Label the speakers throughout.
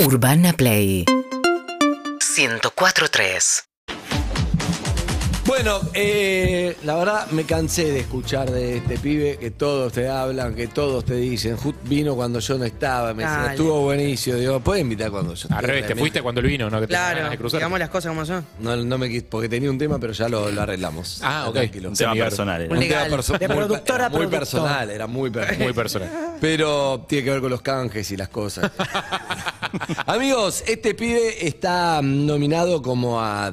Speaker 1: Urbana Play 104.3
Speaker 2: Bueno, eh, la verdad me cansé de escuchar de este pibe que todos te hablan, que todos te dicen, "Ju- vino cuando yo no estaba, me decía,
Speaker 3: Dale.
Speaker 2: estuvo buenísimo, digo, ¿puedes invitar cuando yo
Speaker 4: Al revés, te
Speaker 2: realmente-
Speaker 4: fuiste cuando él vino, ¿no? Que te ganas
Speaker 3: Claro,
Speaker 4: de cruzar.
Speaker 3: digamos las cosas como son.
Speaker 2: No, no me quis- porque tenía un tema, pero ya lo, lo arreglamos.
Speaker 4: Ah, ok.
Speaker 2: Tranquilo.
Speaker 5: Un tema
Speaker 4: Amigar.
Speaker 5: personal. era.
Speaker 3: Un legal.
Speaker 2: tema perso-
Speaker 3: de
Speaker 2: muy per-
Speaker 3: productora a
Speaker 2: Muy
Speaker 3: productor.
Speaker 2: personal, era muy personal.
Speaker 4: Muy personal.
Speaker 2: Pero tiene que ver con los canjes y las cosas. Amigos, este pibe está mm, nominado como a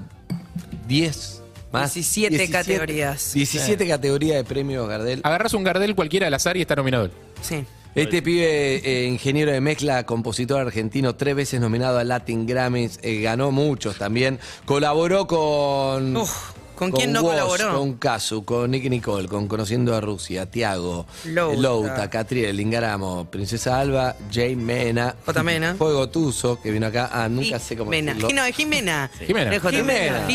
Speaker 2: 10 más.
Speaker 3: 17 categorías.
Speaker 2: 17 categorías de premios Gardel.
Speaker 4: Agarras un Gardel cualquiera al azar y está nominado él.
Speaker 3: Sí.
Speaker 2: Este pibe, eh, ingeniero de mezcla, compositor argentino, tres veces nominado a Latin Grammys, eh, ganó muchos también. Colaboró con.
Speaker 3: Uf, ¿con quién no
Speaker 2: Woz,
Speaker 3: colaboró?
Speaker 2: Con Casu, con Nick Nicole, con Conociendo a Rusia, Tiago,
Speaker 3: Louta.
Speaker 2: Louta, Catriel, Lingaramo, Princesa Alba, Jay Mena,
Speaker 3: J. Mena.
Speaker 2: Fuego Tuso, que vino acá. Ah, nunca sé cómo
Speaker 3: Jimena.
Speaker 2: decirlo.
Speaker 3: No, es Jimena.
Speaker 4: Jimena.
Speaker 3: Dejo de-
Speaker 2: Jimena.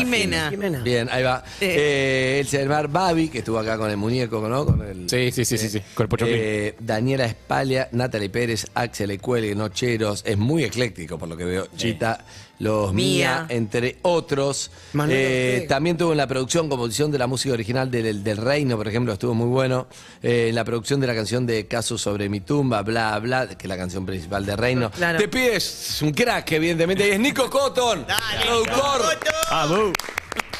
Speaker 3: Jimena.
Speaker 2: Bien, ahí va.
Speaker 3: Sí.
Speaker 2: Eh, Elsa del Mar, Babi, que estuvo acá con el muñeco, ¿no? Con el,
Speaker 4: Sí, sí, sí, sí, sí. Con el pochoclín.
Speaker 2: Eh, Daniela Espalia, Natalie Pérez, Axel Ecuelgue, Nocheros, es muy ecléctico por lo que veo, Chita, Los Mía,
Speaker 3: Mía.
Speaker 2: entre otros.
Speaker 3: Manuel
Speaker 2: Eh,
Speaker 3: Ortega.
Speaker 2: también tuvo en la producción composición de la música original del, del Reino, por ejemplo, estuvo muy bueno. Eh, en la producción de la canción de Caso sobre mi tumba, bla, bla, que es la canción principal de Reino.
Speaker 3: Claro.
Speaker 2: Te pides un crack, evidentemente, y es Nico Cotton, productor.
Speaker 5: ¡Abu!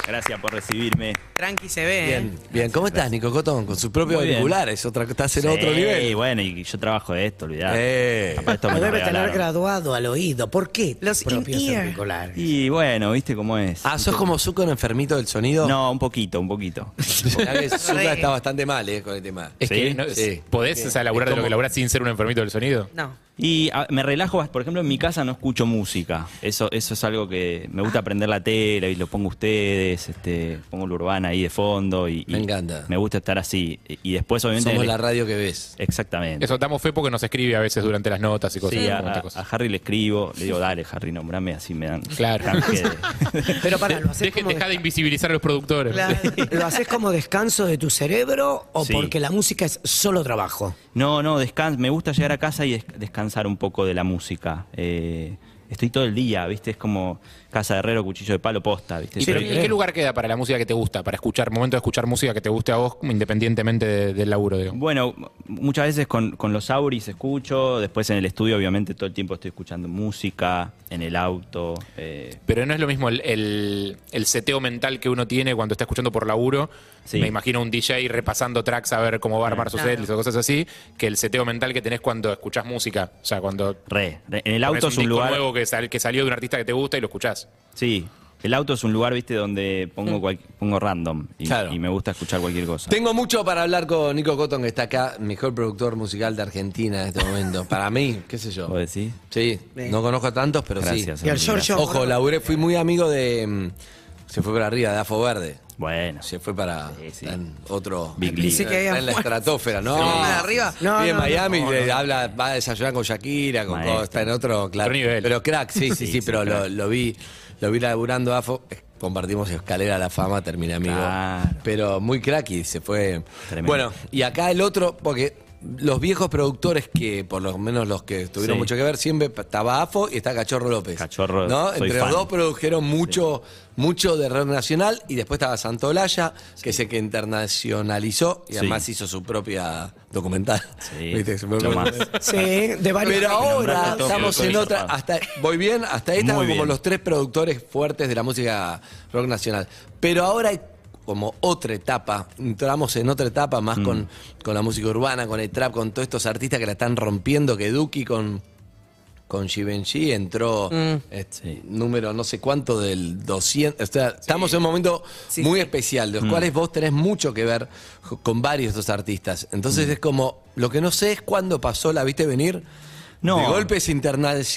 Speaker 5: Gracias por recibirme.
Speaker 3: Tranqui se ve. ¿eh?
Speaker 2: Bien, bien, ¿cómo estás, Nico Cotton? Con sus propios
Speaker 5: Muy bien.
Speaker 2: auriculares, otra, estás en otro
Speaker 5: Sí,
Speaker 2: nivel.
Speaker 5: bueno, Eh, y yo trabajo de esto, olvidate.
Speaker 2: Eh.
Speaker 5: Capaz esto me
Speaker 6: Lo
Speaker 5: lo
Speaker 6: debe tener
Speaker 5: regalaron.
Speaker 6: graduado al oído. ¿Por qué?
Speaker 3: Los
Speaker 6: propios
Speaker 3: in-ear.
Speaker 6: auriculares.
Speaker 5: Y bueno, ¿viste cómo es?
Speaker 2: Ah, ¿sos como Zuko en enfermito del sonido?
Speaker 5: No, un poquito, un poquito.
Speaker 2: Mirá que Zuka está bastante mal eh, con el tema.
Speaker 4: Es
Speaker 5: Sí,
Speaker 4: que no-
Speaker 2: sí.
Speaker 4: podés o sea, laburar de lo que laburás sin ser un enfermito del sonido.
Speaker 3: No.
Speaker 5: Y ah, me relajo, por ejemplo, en mi casa no escucho música. Eso, eso es algo que me gusta aprender la tele y lo pongo ustedes, este, pongo la urbana ahí de fondo y, y
Speaker 2: Me encanta.
Speaker 5: Me gusta estar así. Y- Y después, obviamente.
Speaker 2: Somos
Speaker 5: le-
Speaker 2: la radio que ves.
Speaker 5: Exactamente.
Speaker 4: Eso damos fe porque nos escribe a veces durante las notas y cosas.
Speaker 5: Sí, a,
Speaker 4: un montón de
Speaker 5: a-
Speaker 4: cosas.
Speaker 5: a Harry le escribo, le digo, dale Harry, nombrame, así me dan.
Speaker 4: Claro.
Speaker 5: canje de-
Speaker 6: Pero para, ¿lo haces,
Speaker 4: Deje-
Speaker 6: como,
Speaker 4: dejá de invisibilizar a los productores.
Speaker 3: Claro.
Speaker 6: ¿lo haces como descanso de tu cerebro o
Speaker 5: Sí.
Speaker 6: porque la música es solo trabajo?
Speaker 5: No, no, descanso. Me gusta llegar a casa y des- descansar un poco de la música. Eh, estoy todo el día, ¿viste? Es como casa de herrero, cuchillo de palo, posta, ¿viste?
Speaker 4: ¿Y pero,
Speaker 5: Estoy-
Speaker 4: ¿y qué lugar queda para la música que te gusta? Para escuchar, momento de escuchar música que te guste a vos, independientemente de- del laburo, digo.
Speaker 5: Bueno, m- muchas veces con, con los auris escucho, después en el estudio obviamente todo el tiempo estoy escuchando música, en el auto. eh,
Speaker 4: Pero no es lo mismo el, el- el seteo mental que uno tiene cuando está escuchando por laburo.
Speaker 5: Sí.
Speaker 4: Me imagino un DJ repasando tracks a ver cómo va a armar sus
Speaker 3: Claro.
Speaker 4: sets o cosas así, que el seteo mental que tenés cuando escuchás música. O sea, cuando
Speaker 5: re, re. En el
Speaker 4: pones
Speaker 5: auto es un
Speaker 4: disco
Speaker 5: lugar...
Speaker 4: nuevo que, sal- que salió de un artista que te gusta y lo escuchás.
Speaker 5: Sí, el auto es un lugar, ¿viste? Donde pongo, cual- pongo random y,
Speaker 2: Claro.
Speaker 5: y me gusta escuchar cualquier cosa.
Speaker 2: Tengo mucho para hablar con Nico Cotton, que está acá, mejor productor musical de Argentina en este momento. Para mí, qué sé yo.
Speaker 5: ¿Vos decís?
Speaker 2: Sí, no conozco a tantos, pero
Speaker 5: Gracias.
Speaker 2: sí.
Speaker 6: Y al
Speaker 5: amiga.
Speaker 6: Giorgio-
Speaker 2: Ojo, laburé, fui muy amigo de. mm, Se fue para arriba, de Afo Verde.
Speaker 5: Bueno,
Speaker 2: Se fue para
Speaker 5: Sí, sí.
Speaker 2: está en otro.
Speaker 5: Big
Speaker 2: está
Speaker 5: League.
Speaker 3: que había
Speaker 2: en la
Speaker 3: muerto.
Speaker 2: estratosfera, ¿no?
Speaker 3: Se fue para arriba.
Speaker 6: No,
Speaker 2: Vive en
Speaker 6: no,
Speaker 2: Miami, le habla, va a desayunar con Shakira, con
Speaker 5: Maestro.
Speaker 2: cosas, está en otro, claro.
Speaker 4: Otro nivel.
Speaker 2: Pero crack, sí, sí, sí,
Speaker 5: sí,
Speaker 2: pero lo,
Speaker 5: crack.
Speaker 2: lo vi, lo vi laburando AFO. eh, Compartimos escalera a la fama, terminé amigo.
Speaker 5: Claro.
Speaker 2: Pero muy crack y se fue.
Speaker 5: Tremendo.
Speaker 2: Bueno, y acá el otro, porque los viejos productores que, por lo menos los que tuvieron
Speaker 5: Sí.
Speaker 2: mucho que ver, siempre estaba AFO y está Cachorro López.
Speaker 5: Cachorro,
Speaker 2: ¿no?
Speaker 5: soy
Speaker 2: Entre los
Speaker 5: fan.
Speaker 2: dos produjeron mucho, mucho de rock nacional y después estaba Santolaya, que sé que internacionalizó y
Speaker 5: Sí.
Speaker 2: además hizo su propia documental.
Speaker 5: Sí,
Speaker 2: ¿Viste? Su propio
Speaker 5: lo más.
Speaker 2: documental.
Speaker 6: Sí, de varios.
Speaker 2: Pero ahora
Speaker 5: nombraste a todos,
Speaker 2: estamos
Speaker 5: todos
Speaker 2: en otra.
Speaker 5: zarpados.
Speaker 2: Hasta, voy bien, hasta ahí
Speaker 5: Muy
Speaker 2: estamos como
Speaker 5: bien.
Speaker 2: los tres productores fuertes de la música rock nacional. Pero ahora hay como otra etapa, entramos en otra etapa
Speaker 5: Mm.
Speaker 2: más con, con la música urbana, con el trap, con todos estos artistas que la están rompiendo, que Duki con, con Givenchy entró
Speaker 3: Mm.
Speaker 2: este,
Speaker 5: Sí.
Speaker 2: número no sé cuánto del 200. O sea, estamos en un momento
Speaker 3: Sí,
Speaker 2: muy
Speaker 3: sí.
Speaker 2: especial,
Speaker 5: Mm.
Speaker 2: de los cuales vos tenés mucho que ver jo- con varios de estos artistas.
Speaker 5: Mm.
Speaker 2: Entonces es como, lo que no sé es cuándo pasó, ¿la viste venir?
Speaker 5: No.
Speaker 2: De golpe se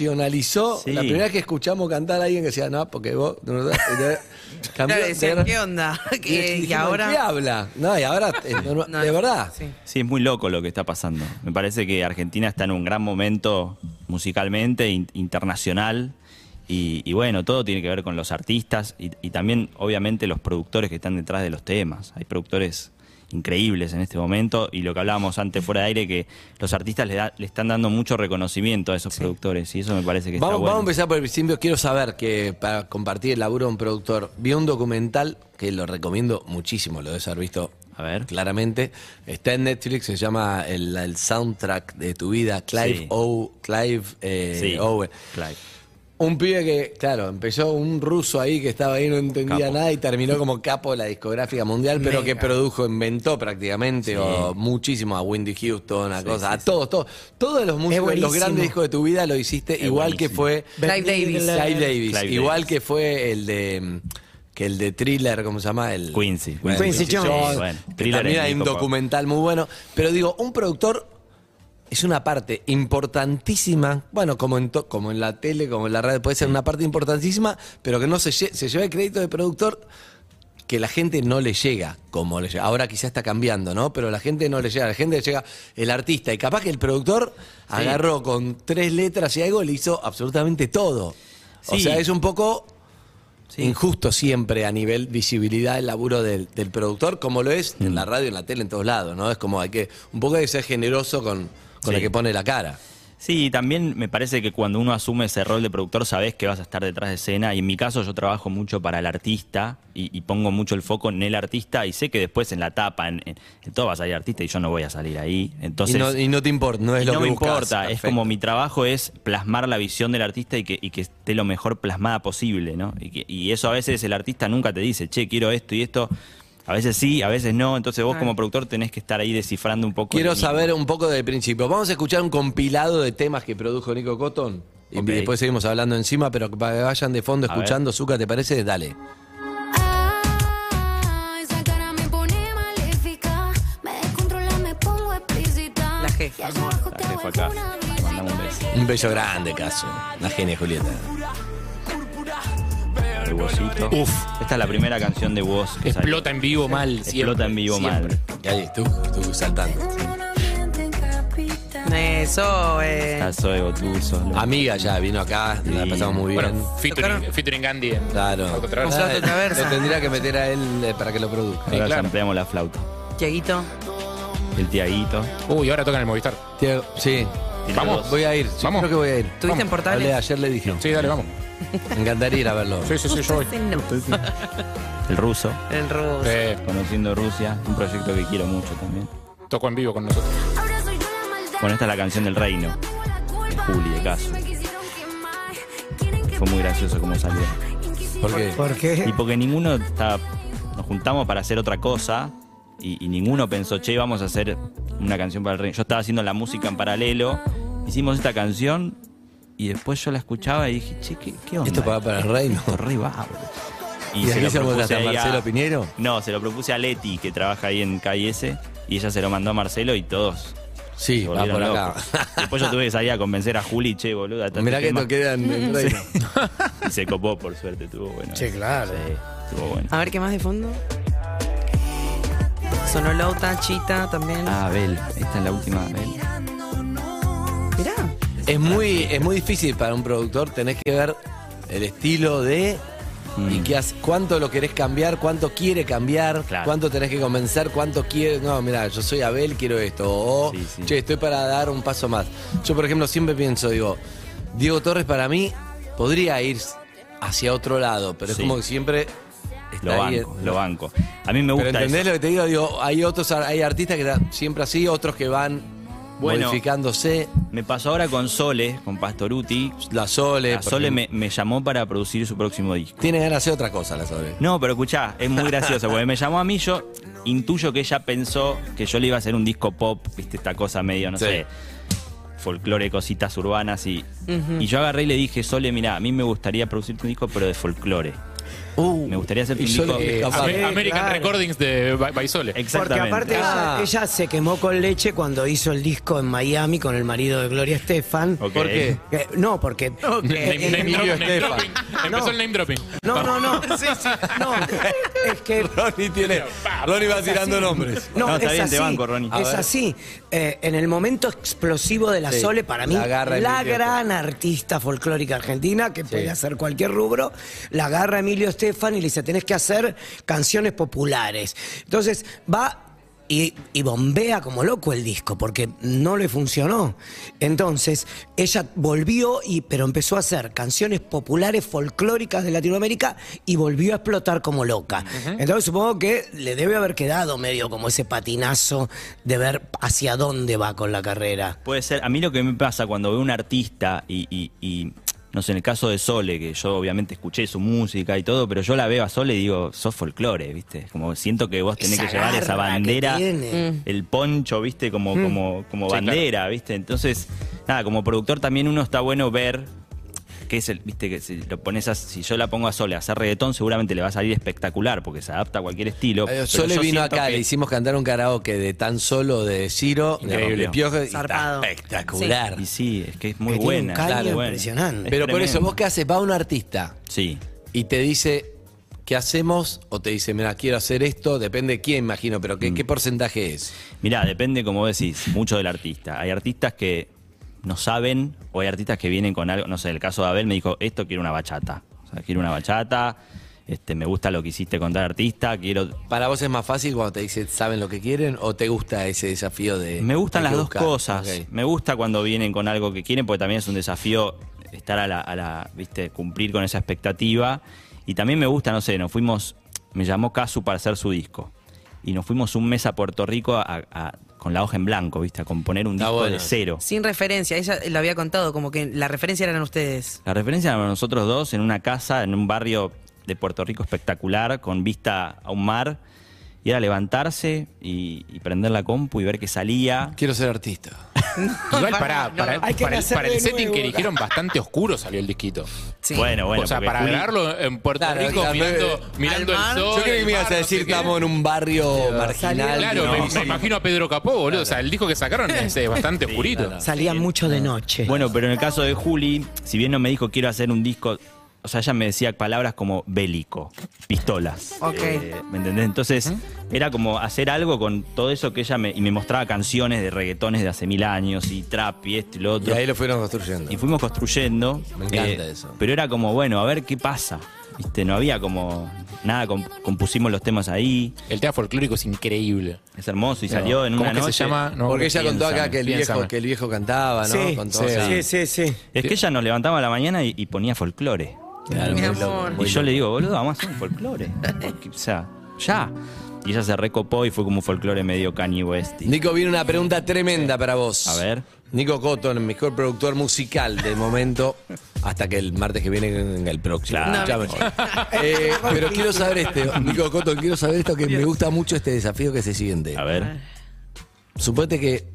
Speaker 2: internacionalizó.
Speaker 5: Sí.
Speaker 2: La primera vez que escuchamos cantar a alguien que decía, no, porque vos. no, no, no", cambió
Speaker 3: Claro,
Speaker 2: de-
Speaker 3: decían, ¿qué onda? Que-
Speaker 2: y dijimos,
Speaker 3: y
Speaker 2: ¿de ¿Qué
Speaker 3: ahora.
Speaker 2: habla? No, y ahora, eh, no, no,
Speaker 3: No,
Speaker 2: de
Speaker 3: no,
Speaker 2: verdad.
Speaker 3: sí.
Speaker 5: Sí, es muy loco lo que está pasando. Me parece que Argentina está en un gran momento musicalmente, in- internacional. Y, y bueno, todo tiene que ver con los artistas y, y también, obviamente, los productores que están detrás de los temas. Hay productores increíbles en este momento. Y lo que hablábamos antes fuera de aire, que los artistas le, da- le están dando mucho reconocimiento a esos productores. Y eso me parece que
Speaker 2: Vamos,
Speaker 5: está bueno.
Speaker 2: vamos a empezar por el principio. Quiero saber que para compartir el laburo de un productor, vi un documental que lo recomiendo muchísimo, lo debes haber visto
Speaker 5: A ver.
Speaker 2: claramente. Está en Netflix, se llama el, el soundtrack de tu vida, Clive
Speaker 5: Sí.
Speaker 2: O. Clive eh,
Speaker 5: Sí,
Speaker 2: Owen.
Speaker 5: Clive.
Speaker 2: Un pibe que, claro, empezó un ruso ahí que estaba ahí, no entendía
Speaker 5: Capo.
Speaker 2: nada y terminó como capo de la discográfica mundial, pero que produjo, inventó prácticamente o muchísimo a Wendy Houston, a cosas, a todos, todos. Todos los músicos, los
Speaker 6: buenísimo.
Speaker 2: grandes discos de tu vida lo hiciste igual que fue.
Speaker 3: Clive Davis.
Speaker 2: Clive Davis,
Speaker 5: Clive
Speaker 2: igual
Speaker 5: Davis.
Speaker 2: que fue el de. mm, Que el de thriller, ¿cómo se llama? El,
Speaker 5: Quincy.
Speaker 2: Bueno,
Speaker 6: Quincy Jones.
Speaker 5: Sí, bueno,
Speaker 2: que
Speaker 5: Thriller
Speaker 2: también
Speaker 5: es
Speaker 2: hay un
Speaker 5: Nico Pop.
Speaker 2: documental muy bueno. Pero digo, un productor es una parte importantísima, bueno, como en, to- como en la tele, como en la radio, puede ser una parte importantísima, pero que no se, lle- se lleva el crédito de productor que la gente no le llega como le llega. Ahora quizás está cambiando, ¿no? Pero la gente no le llega, la gente le llega el artista. Y capaz que el productor agarró con tres letras y algo, le hizo absolutamente todo. O
Speaker 5: Sí.
Speaker 2: sea, es un poco
Speaker 5: Sí.
Speaker 2: injusto siempre a nivel visibilidad el laburo del, del productor, como lo es
Speaker 5: Mm.
Speaker 2: en la radio, en la tele, en todos lados, ¿no? Es como hay que, un poco hay que ser generoso con, con
Speaker 5: Sí.
Speaker 2: el que pone la cara.
Speaker 5: Sí, y también me parece que cuando uno asume ese rol de productor sabes que vas a estar detrás de escena y en mi caso yo trabajo mucho para el artista y, y pongo mucho el foco en el artista y sé que después en la tapa, en, en- en todo va a salir artista y yo no voy a salir ahí. Entonces,
Speaker 2: y, no, y no te importa, no es
Speaker 5: y
Speaker 2: lo
Speaker 5: no
Speaker 2: que
Speaker 5: me
Speaker 2: buscas.
Speaker 5: importa, es
Speaker 2: Perfecto.
Speaker 5: como mi trabajo es plasmar la visión del artista y que, y que esté lo mejor plasmada posible, ¿no? Y, que- y eso a veces el artista nunca te dice, che, quiero esto y esto. A veces sí, a veces no. Entonces vos como productor tenés que estar ahí descifrando un poco.
Speaker 2: Quiero
Speaker 5: el-
Speaker 2: saber un poco del principio. Vamos a escuchar un compilado de temas que produjo Nico Cotton. Y
Speaker 5: Ok.
Speaker 2: después seguimos hablando encima, pero para que vayan de fondo
Speaker 5: A ver.
Speaker 2: escuchando, Zuka, ¿te parece? Dale.
Speaker 1: Ah, esa cara me pone maléfica. Me descontrola, me pongo explícita.
Speaker 3: La jefa.
Speaker 1: Y allá abajo te
Speaker 5: La jefa
Speaker 1: hago
Speaker 5: acá.
Speaker 1: alguna
Speaker 5: Le mandamos un beso.
Speaker 2: Un bello grande caso. La genia Julieta.
Speaker 5: El Huesito.
Speaker 4: Uf.
Speaker 5: Esta es la primera canción de voz que salió.
Speaker 4: Explota en vivo mal.
Speaker 5: Explota en vivo mal.
Speaker 2: Y ahí, tú, tú saltando.
Speaker 1: visita.
Speaker 3: Eso, eh.
Speaker 5: Caso de Botuso.
Speaker 4: Ah,
Speaker 5: lo-
Speaker 2: Amiga ya vino acá, la
Speaker 5: Sí.
Speaker 2: pasamos muy bien.
Speaker 4: Bueno, featuring, featuring Gandhi en
Speaker 2: Claro.
Speaker 4: Autotraversa.
Speaker 3: Con Flauta Traversa.
Speaker 2: Lo tendría que meter a él eh, para que lo produzca.
Speaker 5: Ahora
Speaker 4: Sí, claro.
Speaker 5: ampliamos la flauta.
Speaker 3: Tiaguito.
Speaker 5: El Tiaguito.
Speaker 4: Uy, ahora tocan el Movistar.
Speaker 2: Tiago, sí.
Speaker 5: Tiene
Speaker 4: Vamos.
Speaker 5: dos.
Speaker 2: Voy a ir. Sí,
Speaker 4: Vamos.
Speaker 2: Creo que voy a ir.
Speaker 3: ¿Tuviste en
Speaker 2: Hablé,
Speaker 3: portales?
Speaker 2: ayer le dije.
Speaker 4: Sí, dale, vamos.
Speaker 2: Me encantaría ir a verlo.
Speaker 4: Sí, sí, sí, yo voy.
Speaker 5: El ruso.
Speaker 3: El ruso.
Speaker 4: Eh,
Speaker 5: Conociendo Rusia. Un proyecto que quiero mucho también.
Speaker 4: toco en vivo con nosotros.
Speaker 1: Ahora soy yo la maldad.
Speaker 5: Bueno, esta es la canción del reino.
Speaker 1: Tengo la culpa.
Speaker 5: de Juli, de Caso.
Speaker 1: Me quisieron quemar. Quieren que
Speaker 5: Fue muy
Speaker 1: me
Speaker 5: gracioso como salió.
Speaker 1: inquisitor.
Speaker 2: ¿Por qué?
Speaker 6: ¿Por qué?
Speaker 5: Y porque ninguno estaba. Nos juntamos para hacer otra cosa y, y ninguno pensó, che, vamos a hacer una canción para el reino. Yo estaba haciendo la música en paralelo, hicimos esta canción y después yo la escuchaba y dije, che, ¿qué, qué onda?
Speaker 2: Esto para, para el reino.
Speaker 5: Esto es re vago.
Speaker 2: ¿Y a quién se lo
Speaker 5: propuse
Speaker 2: mandaste, a
Speaker 5: ahí
Speaker 2: Marcelo Piñero?
Speaker 5: No, se lo propuse a Leti, que trabaja ahí en KS, y ella se lo mandó a Marcelo y todos.
Speaker 2: Sí,
Speaker 5: se
Speaker 2: va
Speaker 5: volvieron
Speaker 2: por acá.
Speaker 5: locos. Después yo tuve que salir a convencer a Juli, che, boluda. está este
Speaker 2: Mirá que
Speaker 5: tema.
Speaker 2: esto queda en el reino.
Speaker 5: Y se copó, por suerte, estuvo bueno.
Speaker 6: Sí, claro.
Speaker 5: Sí, estuvo bueno.
Speaker 3: A ver qué más de fondo. Sonó Lauta, Chita también.
Speaker 5: Ah, Abel, esta es la última, Abel.
Speaker 3: Mirá.
Speaker 2: Es muy, es muy difícil para un productor, tenés que ver el estilo de
Speaker 5: Mm.
Speaker 2: y qué hace- cuánto lo querés cambiar, cuánto quiere cambiar,
Speaker 5: Claro.
Speaker 2: cuánto tenés que convencer, cuánto quiere, no, mira, yo soy Abel, quiero esto, o
Speaker 5: Sí, sí.
Speaker 2: che, estoy para dar un paso más. Yo, por ejemplo, siempre pienso, digo, Diego Torres para mí podría ir hacia otro lado, pero
Speaker 5: Sí.
Speaker 2: es como que siempre está
Speaker 5: Lo
Speaker 2: ahí,
Speaker 5: banco,
Speaker 2: eh,
Speaker 5: lo banco. A mí me
Speaker 2: Pero
Speaker 5: gusta
Speaker 2: entendés
Speaker 5: eso.
Speaker 2: lo que te digo, digo, hay otros, ar- hay artistas que están siempre así, otros que van
Speaker 5: Bueno.
Speaker 2: modificándose.
Speaker 5: Me pasó ahora con Sole, con Pastoruti.
Speaker 2: La Sole.
Speaker 5: La
Speaker 2: por
Speaker 5: Sole
Speaker 2: ejemplo.
Speaker 5: me, me llamó para producir su próximo disco.
Speaker 2: Tiene ganas de hacer otra cosa la sobre.
Speaker 5: No, pero escuchá, es muy gracioso, porque me llamó a mí, yo intuyo que ella pensó que yo le iba a hacer un disco pop, viste, esta cosa medio, no
Speaker 2: Sí.
Speaker 5: sé, folclore, cositas urbanas y... Y yo agarré y le dije, Sole, mirá, a mí me gustaría producir un disco, pero de folclore. me gustaría hacer
Speaker 2: y
Speaker 5: un
Speaker 2: yo
Speaker 5: disco...
Speaker 2: le-
Speaker 4: Eh,
Speaker 2: Capaz.
Speaker 4: Amer-
Speaker 2: Sí,
Speaker 4: American
Speaker 6: claro.
Speaker 4: Recordings de Ba- Baisole.
Speaker 6: Porque
Speaker 5: Exactamente.
Speaker 6: aparte
Speaker 2: Ah.
Speaker 6: ella, ella se quemó con leche cuando hizo el disco en Miami con el marido de Gloria Estefan.
Speaker 5: Ok.
Speaker 2: ¿Por qué?
Speaker 6: Eh, no, porque... eh,
Speaker 4: Name- name
Speaker 2: Eh, Emilio
Speaker 4: drop- name
Speaker 2: Estefan.
Speaker 4: dropping. Empezó
Speaker 6: No.
Speaker 4: el name dropping.
Speaker 6: No, no, no. No, es que...
Speaker 2: Ronnie tiene. Ronnie va tirando nombres.
Speaker 6: No,
Speaker 5: No, está
Speaker 6: es
Speaker 5: bien,
Speaker 6: así,
Speaker 5: te banco, Ronnie. A
Speaker 6: Es
Speaker 2: ver.
Speaker 6: así. Eh, en el momento explosivo de la
Speaker 2: Sí,
Speaker 6: Sole, para mí,
Speaker 2: la agarra
Speaker 6: la
Speaker 2: Emilio
Speaker 6: gran artista folclórica argentina, que puede hacer cualquier rubro, la agarra Emilio Estefan y le dice, tenés que hacer canciones populares. Entonces, va y, y bombea como loco el disco porque no le funcionó. Entonces, ella volvió y pero empezó a hacer canciones populares folclóricas de Latinoamérica y volvió a explotar como loca. Entonces, supongo que le debe haber quedado medio como ese patinazo de ver hacia dónde va con la carrera.
Speaker 5: Puede ser, a mí lo que me pasa cuando veo un artista y, y- y, no sé, en el caso de Sole, que yo obviamente escuché su música y todo, pero yo la veo a Sole y digo, sos folclore, ¿viste? Como siento que vos tenés
Speaker 6: Esa
Speaker 5: que llevar esa
Speaker 6: garra que
Speaker 5: bandera,
Speaker 6: tiene. Mm.
Speaker 5: el poncho, ¿viste? Como, como, como
Speaker 4: Sí,
Speaker 5: bandera, ¿viste? Entonces, nada, como productor también uno está bueno ver que es el, viste, que si lo pones a- si yo la pongo a Sole a hacer reggaetón, seguramente le va a salir espectacular, porque se adapta a cualquier estilo.
Speaker 2: Eh,
Speaker 5: pero
Speaker 2: Sole
Speaker 5: yo
Speaker 2: vino
Speaker 5: siento
Speaker 2: acá,
Speaker 5: que-
Speaker 2: le hicimos cantar un karaoke de tan solo de Ciro,
Speaker 5: Increíble.
Speaker 2: de Piojo, y está
Speaker 3: Zarpado.
Speaker 2: espectacular.
Speaker 5: Y sí, es que es muy
Speaker 6: Que tiene un
Speaker 5: buena.
Speaker 6: caño
Speaker 5: claro, buena.
Speaker 6: impresionante.
Speaker 5: Es
Speaker 2: Pero por eso,
Speaker 5: tremendo.
Speaker 2: vos qué haces, va un artista
Speaker 5: Sí.
Speaker 2: y te dice, ¿qué hacemos? O te dice, mira, quiero hacer esto, depende de quién, imagino, pero
Speaker 5: Mm.
Speaker 2: ¿qué, qué porcentaje es?
Speaker 5: Mirá, depende, como vos decís, mucho del artista. Hay artistas que no saben o hay artistas que vienen con algo. No sé, el caso de Abel me dijo, esto quiero una bachata. O sea, quiero una bachata, este, me gusta lo que hiciste con tal artista, quiero...
Speaker 2: ¿Para vos es más fácil cuando te dicen, saben lo que quieren? ¿O te gusta ese desafío de...
Speaker 5: Me
Speaker 2: hay
Speaker 5: gustan las
Speaker 2: que
Speaker 5: dos
Speaker 2: buscar?
Speaker 5: cosas.
Speaker 2: Ok.
Speaker 5: Me gusta cuando vienen con algo que quieren, porque también es un desafío estar a la, a la- viste, cumplir con esa expectativa. Y también me gusta, no sé, nos fuimos, me llamó Casu para hacer su disco. Y nos fuimos un mes a Puerto Rico a- a- con la hoja en blanco, viste, a componer un
Speaker 2: Está
Speaker 5: disco
Speaker 2: bueno.
Speaker 5: de cero.
Speaker 3: Sin referencia, ella lo había contado, como que la referencia eran ustedes.
Speaker 5: La referencia a nosotros dos en una casa, en un barrio de Puerto Rico espectacular, con vista a un mar. Y era levantarse y, y prender la compu y ver que salía.
Speaker 2: Quiero ser artista.
Speaker 4: Igual para, para,
Speaker 6: hay que
Speaker 4: para el,
Speaker 6: nacer
Speaker 4: para el
Speaker 6: de
Speaker 4: setting
Speaker 6: nuevo.
Speaker 4: que eligieron bastante oscuro salió el disquito.
Speaker 3: Sí.
Speaker 5: Bueno, bueno.
Speaker 4: o sea,
Speaker 5: porque
Speaker 4: para
Speaker 5: Juli-
Speaker 4: grabarlo en Puerto
Speaker 2: Claro,
Speaker 4: Rico
Speaker 2: claro,
Speaker 4: mirando,
Speaker 2: al
Speaker 4: mirando el
Speaker 3: mar.
Speaker 4: sol.
Speaker 2: Yo creo que me
Speaker 4: el
Speaker 2: ibas
Speaker 4: mar,
Speaker 2: a
Speaker 4: no
Speaker 2: decir,
Speaker 4: sé qué.
Speaker 2: estamos en un barrio marginal.
Speaker 4: Claro,
Speaker 2: no.
Speaker 4: me, me imagino a Pedro Capó, boludo. O sea, el disco que sacaron es, eh, bastante oscurito.
Speaker 6: Salía mucho de noche.
Speaker 5: Bueno, pero en el caso de Juli, si bien no me dijo quiero hacer un disco, o sea, ella me decía palabras como bélico, pistolas.
Speaker 3: Ok.
Speaker 5: ¿Me entendés? Entonces, era como hacer algo con todo eso que ella me. Y me mostraba canciones de reggaetones de hace mil años y trap y esto y lo
Speaker 2: Y
Speaker 5: otro.
Speaker 2: ahí lo fueron construyendo.
Speaker 5: Y fuimos construyendo. eh,
Speaker 2: Me encanta eso.
Speaker 5: Pero era como, bueno, a ver qué pasa. ¿Viste? No había como nada, comp- compusimos los temas ahí.
Speaker 4: El tema folclórico es increíble.
Speaker 5: Es hermoso y salió en
Speaker 4: ¿Cómo
Speaker 5: una
Speaker 4: que
Speaker 5: noche.
Speaker 4: se llama? No,
Speaker 2: Porque ella contó acá
Speaker 4: piénsame,
Speaker 2: que el,
Speaker 4: piénsame.
Speaker 2: viejo, que el viejo cantaba, ¿no?
Speaker 6: Sí,
Speaker 2: Contó,
Speaker 6: sí,
Speaker 2: o sea,
Speaker 6: sí, sí, sí.
Speaker 5: Es que ella nos levantaba a la mañana y, y ponía folclore.
Speaker 2: claro,
Speaker 3: Mi
Speaker 2: muy loco,
Speaker 3: amor.
Speaker 5: Y
Speaker 2: muy
Speaker 5: yo
Speaker 2: loco.
Speaker 5: le digo, boludo, vamos a hacer un folclore. Porque, o sea, ya. Y ella se recopó y fue como un folclore medio Kanye West. Y-
Speaker 2: Nico, viene una pregunta tremenda para vos.
Speaker 5: A ver.
Speaker 2: Nico Cotton, el mejor productor musical del momento, hasta que el martes que viene en el próximo.
Speaker 5: Claro.
Speaker 2: Escuchame. Eh, pero quiero saber este, Nico Cotton, quiero saber esto que me gusta mucho este desafío que se siguiente.
Speaker 5: A ver.
Speaker 2: Suponete que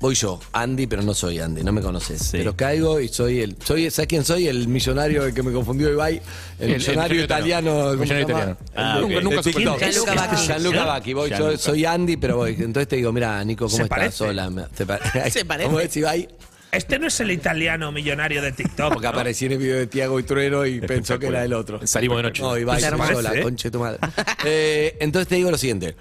Speaker 2: voy yo, Andy, pero no soy Andy, no me conoces.
Speaker 5: Sí.
Speaker 2: Pero caigo y soy el. Soy, ¿Sabes quién soy? El millonario el que me confundió Ibai. El,
Speaker 4: El- el
Speaker 2: millonario
Speaker 4: italiano.
Speaker 2: italiano.
Speaker 4: El
Speaker 2: ¿cómo se
Speaker 4: millonario
Speaker 2: llama?
Speaker 4: italiano.
Speaker 2: El
Speaker 5: Ah,
Speaker 2: de-
Speaker 5: ok.
Speaker 2: de
Speaker 4: Nunca supe el
Speaker 2: TikTok.
Speaker 4: nombre.
Speaker 3: Gianluca Vacchi.
Speaker 2: Gianluca Vacchi. Voy, yo
Speaker 5: Gianluca.
Speaker 2: soy Andy, pero voy. Entonces te digo, mira, Nico, ¿cómo estás? Sola. me- ¿Te pare-
Speaker 3: Se parece.
Speaker 2: ¿Cómo es Ibai?
Speaker 7: Este no es el italiano millonario de TikTok.
Speaker 2: Porque
Speaker 7: ¿no?
Speaker 2: apareció en el video de Tiago y Trueno y pensó que era el otro.
Speaker 4: Salimos de noche.
Speaker 2: No, Ibai,
Speaker 3: Se
Speaker 7: armó.
Speaker 2: sola,
Speaker 7: ¿Eh?
Speaker 2: conche tu madre. Eh, entonces te digo lo siguiente.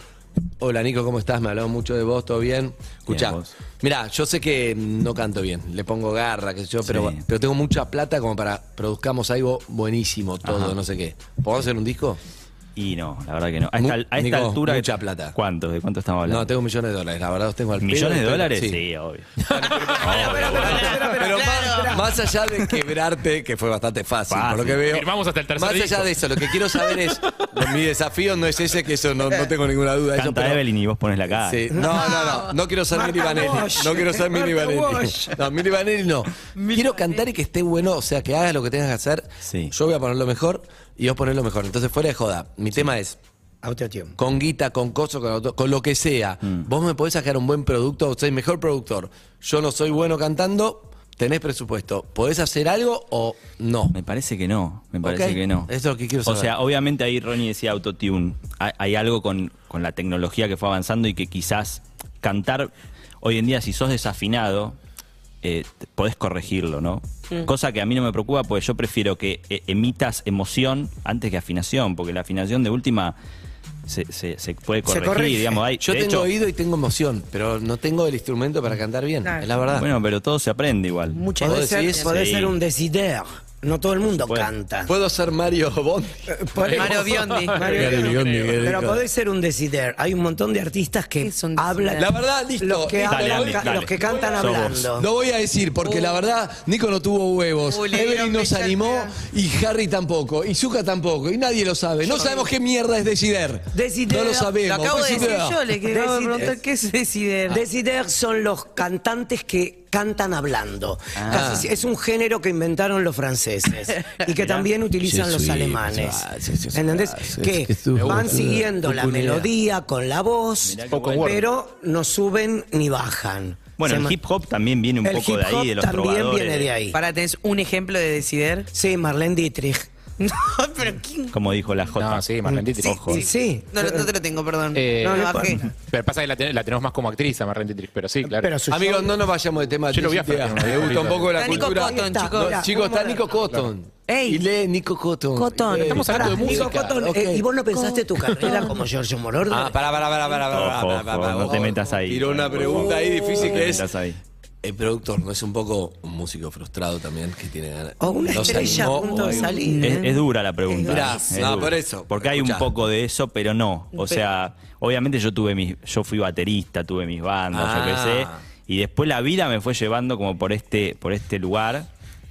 Speaker 2: Hola Nico, ¿cómo estás? Me hablado mucho de vos, ¿todo bien? Escuchá,
Speaker 5: Bien, vos.
Speaker 2: mirá, yo sé que no canto bien, le pongo garra, qué sé yo, pero,
Speaker 5: Sí.
Speaker 2: pero tengo mucha plata como para produzcamos algo buenísimo, todo,
Speaker 5: Ajá.
Speaker 2: no sé qué. ¿Podemos hacer un disco?
Speaker 5: Y no, la verdad que no. A esta,
Speaker 2: Mu-
Speaker 5: a esta
Speaker 2: Nico,
Speaker 5: altura.
Speaker 2: mucha plata.
Speaker 5: ¿Cuánto? ¿De cuánto estamos hablando?
Speaker 2: No, tengo millones de dólares, la verdad los tengo al pedo,
Speaker 5: ¿Millones de
Speaker 2: pero-
Speaker 5: dólares? Sí,
Speaker 2: sí.
Speaker 5: obvio.
Speaker 2: Pero más, más allá de quebrarte, que fue bastante fácil,
Speaker 5: Fácil.
Speaker 2: por lo que veo.
Speaker 4: Firmamos hasta el tercer
Speaker 2: Más
Speaker 4: disco.
Speaker 2: allá de eso, lo que quiero saber es, mi desafío no es ese, que eso no, no tengo ninguna duda. de eso,
Speaker 5: Canta
Speaker 2: pero-
Speaker 5: Evelyn y vos pones la cara.
Speaker 2: Sí. No, no, no. No quiero ser Mini Vanelli.
Speaker 6: Walsh.
Speaker 2: No quiero ser Mini
Speaker 6: Marta
Speaker 2: Vanelli.
Speaker 6: Walsh.
Speaker 2: No, Mini Vanelli no. Quiero cantar y que esté bueno, o sea, que hagas lo que tengas que hacer.
Speaker 5: Sí.
Speaker 2: Yo voy a poner lo mejor y vos ponés lo mejor. Entonces, fuera de joda. Mi tema es
Speaker 6: Autotune.
Speaker 2: con guita, con coso, con, auto- con lo que sea.
Speaker 5: Mm.
Speaker 2: Vos me podés sacar un buen producto, o sea, mejor productor. Yo no soy bueno cantando, tenés presupuesto. ¿Podés hacer algo o no?
Speaker 5: Me parece que no, me parece
Speaker 2: Ok,
Speaker 5: que no.
Speaker 2: es lo que quiero saber.
Speaker 5: O sea, obviamente ahí Ronnie decía autotune. Hay, hay algo con, con la tecnología que fue avanzando y que quizás cantar hoy en día, si sos desafinado, eh, te- podés corregirlo, ¿no? Cosa que a mí no me preocupa porque yo prefiero que eh, emitas emoción antes que afinación, porque la afinación de última se, se- se puede corregir,
Speaker 6: corrige.
Speaker 5: digamos. Hay,
Speaker 2: Yo
Speaker 5: de
Speaker 2: tengo
Speaker 5: hecho,
Speaker 2: oído y tengo emoción, pero no tengo el instrumento para cantar bien.
Speaker 3: Claro.
Speaker 2: Es la verdad.
Speaker 5: Bueno, pero todo se aprende igual.
Speaker 3: Muchas
Speaker 2: ¿Vos
Speaker 3: veces.
Speaker 2: decís?
Speaker 6: Podés
Speaker 5: Sí.
Speaker 6: ser un desider. No todo el mundo
Speaker 5: supuesto.
Speaker 6: canta.
Speaker 2: ¿Puedo ser Mario Bondi?
Speaker 6: Por-
Speaker 3: Mario Biondi.
Speaker 2: Mario Biondi, qué
Speaker 6: Pero
Speaker 2: rico.
Speaker 6: podés ser un decider. Hay un montón de artistas
Speaker 3: ¿Qué
Speaker 6: que
Speaker 3: es un
Speaker 6: hablan.
Speaker 2: La verdad, listo.
Speaker 6: Los que,
Speaker 2: Dale,
Speaker 6: hablan-
Speaker 5: Andy,
Speaker 6: ca-
Speaker 5: dale.
Speaker 6: los que cantan
Speaker 5: Sos vos.
Speaker 6: hablando.
Speaker 2: Lo voy a decir, porque la verdad, Nico no tuvo huevos,
Speaker 3: Uy, Uh. le
Speaker 2: Evelyn
Speaker 3: dieron
Speaker 2: nos
Speaker 3: pecha
Speaker 2: animó,
Speaker 3: al
Speaker 2: y Harry tampoco, y Zuka tampoco, y nadie lo sabe. No sabemos qué mierda es Decider.
Speaker 6: Decider,
Speaker 2: No lo
Speaker 6: lo
Speaker 2: sabemos.
Speaker 3: Lo acabo de decir
Speaker 2: Decider.
Speaker 3: yo, le quería
Speaker 6: Decide-
Speaker 3: preguntar qué es Decider.
Speaker 6: Decider Ah. son los cantantes que cantan hablando.
Speaker 2: Ah.
Speaker 6: Casi- es un género que inventaron los franceses y que también utilizan
Speaker 2: Sí,
Speaker 6: los
Speaker 2: sí,
Speaker 6: alemanes.
Speaker 2: sí, sí, sí,
Speaker 6: ¿Entendés?
Speaker 2: sí,
Speaker 6: que
Speaker 2: es que tú-
Speaker 6: van
Speaker 2: tú-
Speaker 6: siguiendo
Speaker 2: tú
Speaker 6: la
Speaker 2: culea.
Speaker 6: melodía con la voz,
Speaker 5: Mirá qué
Speaker 4: Spoken bueno. word.
Speaker 6: pero no suben ni bajan.
Speaker 5: Bueno,
Speaker 6: Se ma-
Speaker 5: el hip hop también viene un
Speaker 6: el
Speaker 5: poco de
Speaker 6: hip hop
Speaker 5: ahí, de los
Speaker 6: también
Speaker 5: trovadores.
Speaker 6: viene de ahí.
Speaker 3: Para tenés un ejemplo de Decider.
Speaker 6: Sí, Marlene Dietrich.
Speaker 3: No, pero ¿quién?
Speaker 5: Como dijo la J.
Speaker 4: No, sí, Marlene Dietrich.
Speaker 5: Ojo.
Speaker 6: Sí, sí.
Speaker 3: No, no, no te lo tengo, perdón.
Speaker 4: Eh,
Speaker 3: no,
Speaker 4: no
Speaker 3: lo bajé.
Speaker 4: Pero pasa que la, ten- la tenemos más como actriz a Marlene Dietrich, pero sí, claro.
Speaker 6: Pero su
Speaker 2: Amigos,
Speaker 6: show-
Speaker 2: no nos vayamos de tema.
Speaker 4: Yo lo voy a
Speaker 2: Decider.
Speaker 4: frenar.
Speaker 2: Me gusta un poco la
Speaker 3: Está Nico
Speaker 2: cultura.
Speaker 3: Cotton,
Speaker 6: Ahí está,
Speaker 3: chicos.
Speaker 2: No, chicos, está Nico Cotton.
Speaker 3: Ey.
Speaker 2: Y lee Nico Cotton.
Speaker 3: Cotton.
Speaker 2: Y lee.
Speaker 4: Estamos hablando de
Speaker 2: Pará,
Speaker 4: música.
Speaker 6: Nico Cotton,
Speaker 2: ok.
Speaker 6: eh, ¿y vos no pensaste tu carrera como Giorgio Moroder?
Speaker 2: Ah, pará, pará, pará, pará, pará,
Speaker 5: Ojo,
Speaker 2: pará,
Speaker 5: ojo,
Speaker 2: pará,
Speaker 5: no te
Speaker 2: ojo.
Speaker 5: metas ahí.
Speaker 2: Tiró una
Speaker 5: Ojo.
Speaker 2: pregunta ahí difícil
Speaker 5: Te
Speaker 2: que es.
Speaker 5: metas ahí.
Speaker 2: El productor no es un poco un músico frustrado también que tiene ganas.
Speaker 6: O Oh, una
Speaker 2: No
Speaker 6: estrella
Speaker 2: animó,
Speaker 6: a punto
Speaker 2: o
Speaker 6: de
Speaker 2: algo.
Speaker 6: salir.
Speaker 5: Es,
Speaker 6: ¿eh?
Speaker 5: es dura la pregunta.
Speaker 2: Mirá,
Speaker 5: Es
Speaker 2: no,
Speaker 5: dura.
Speaker 2: por eso,
Speaker 5: Porque hay
Speaker 2: escuchá.
Speaker 5: un poco de eso, pero no. O sea, obviamente yo tuve mis, yo fui baterista, tuve mis bandas, yo qué sé.
Speaker 2: Ah.
Speaker 5: Y después la vida me fue llevando como por este, por este lugar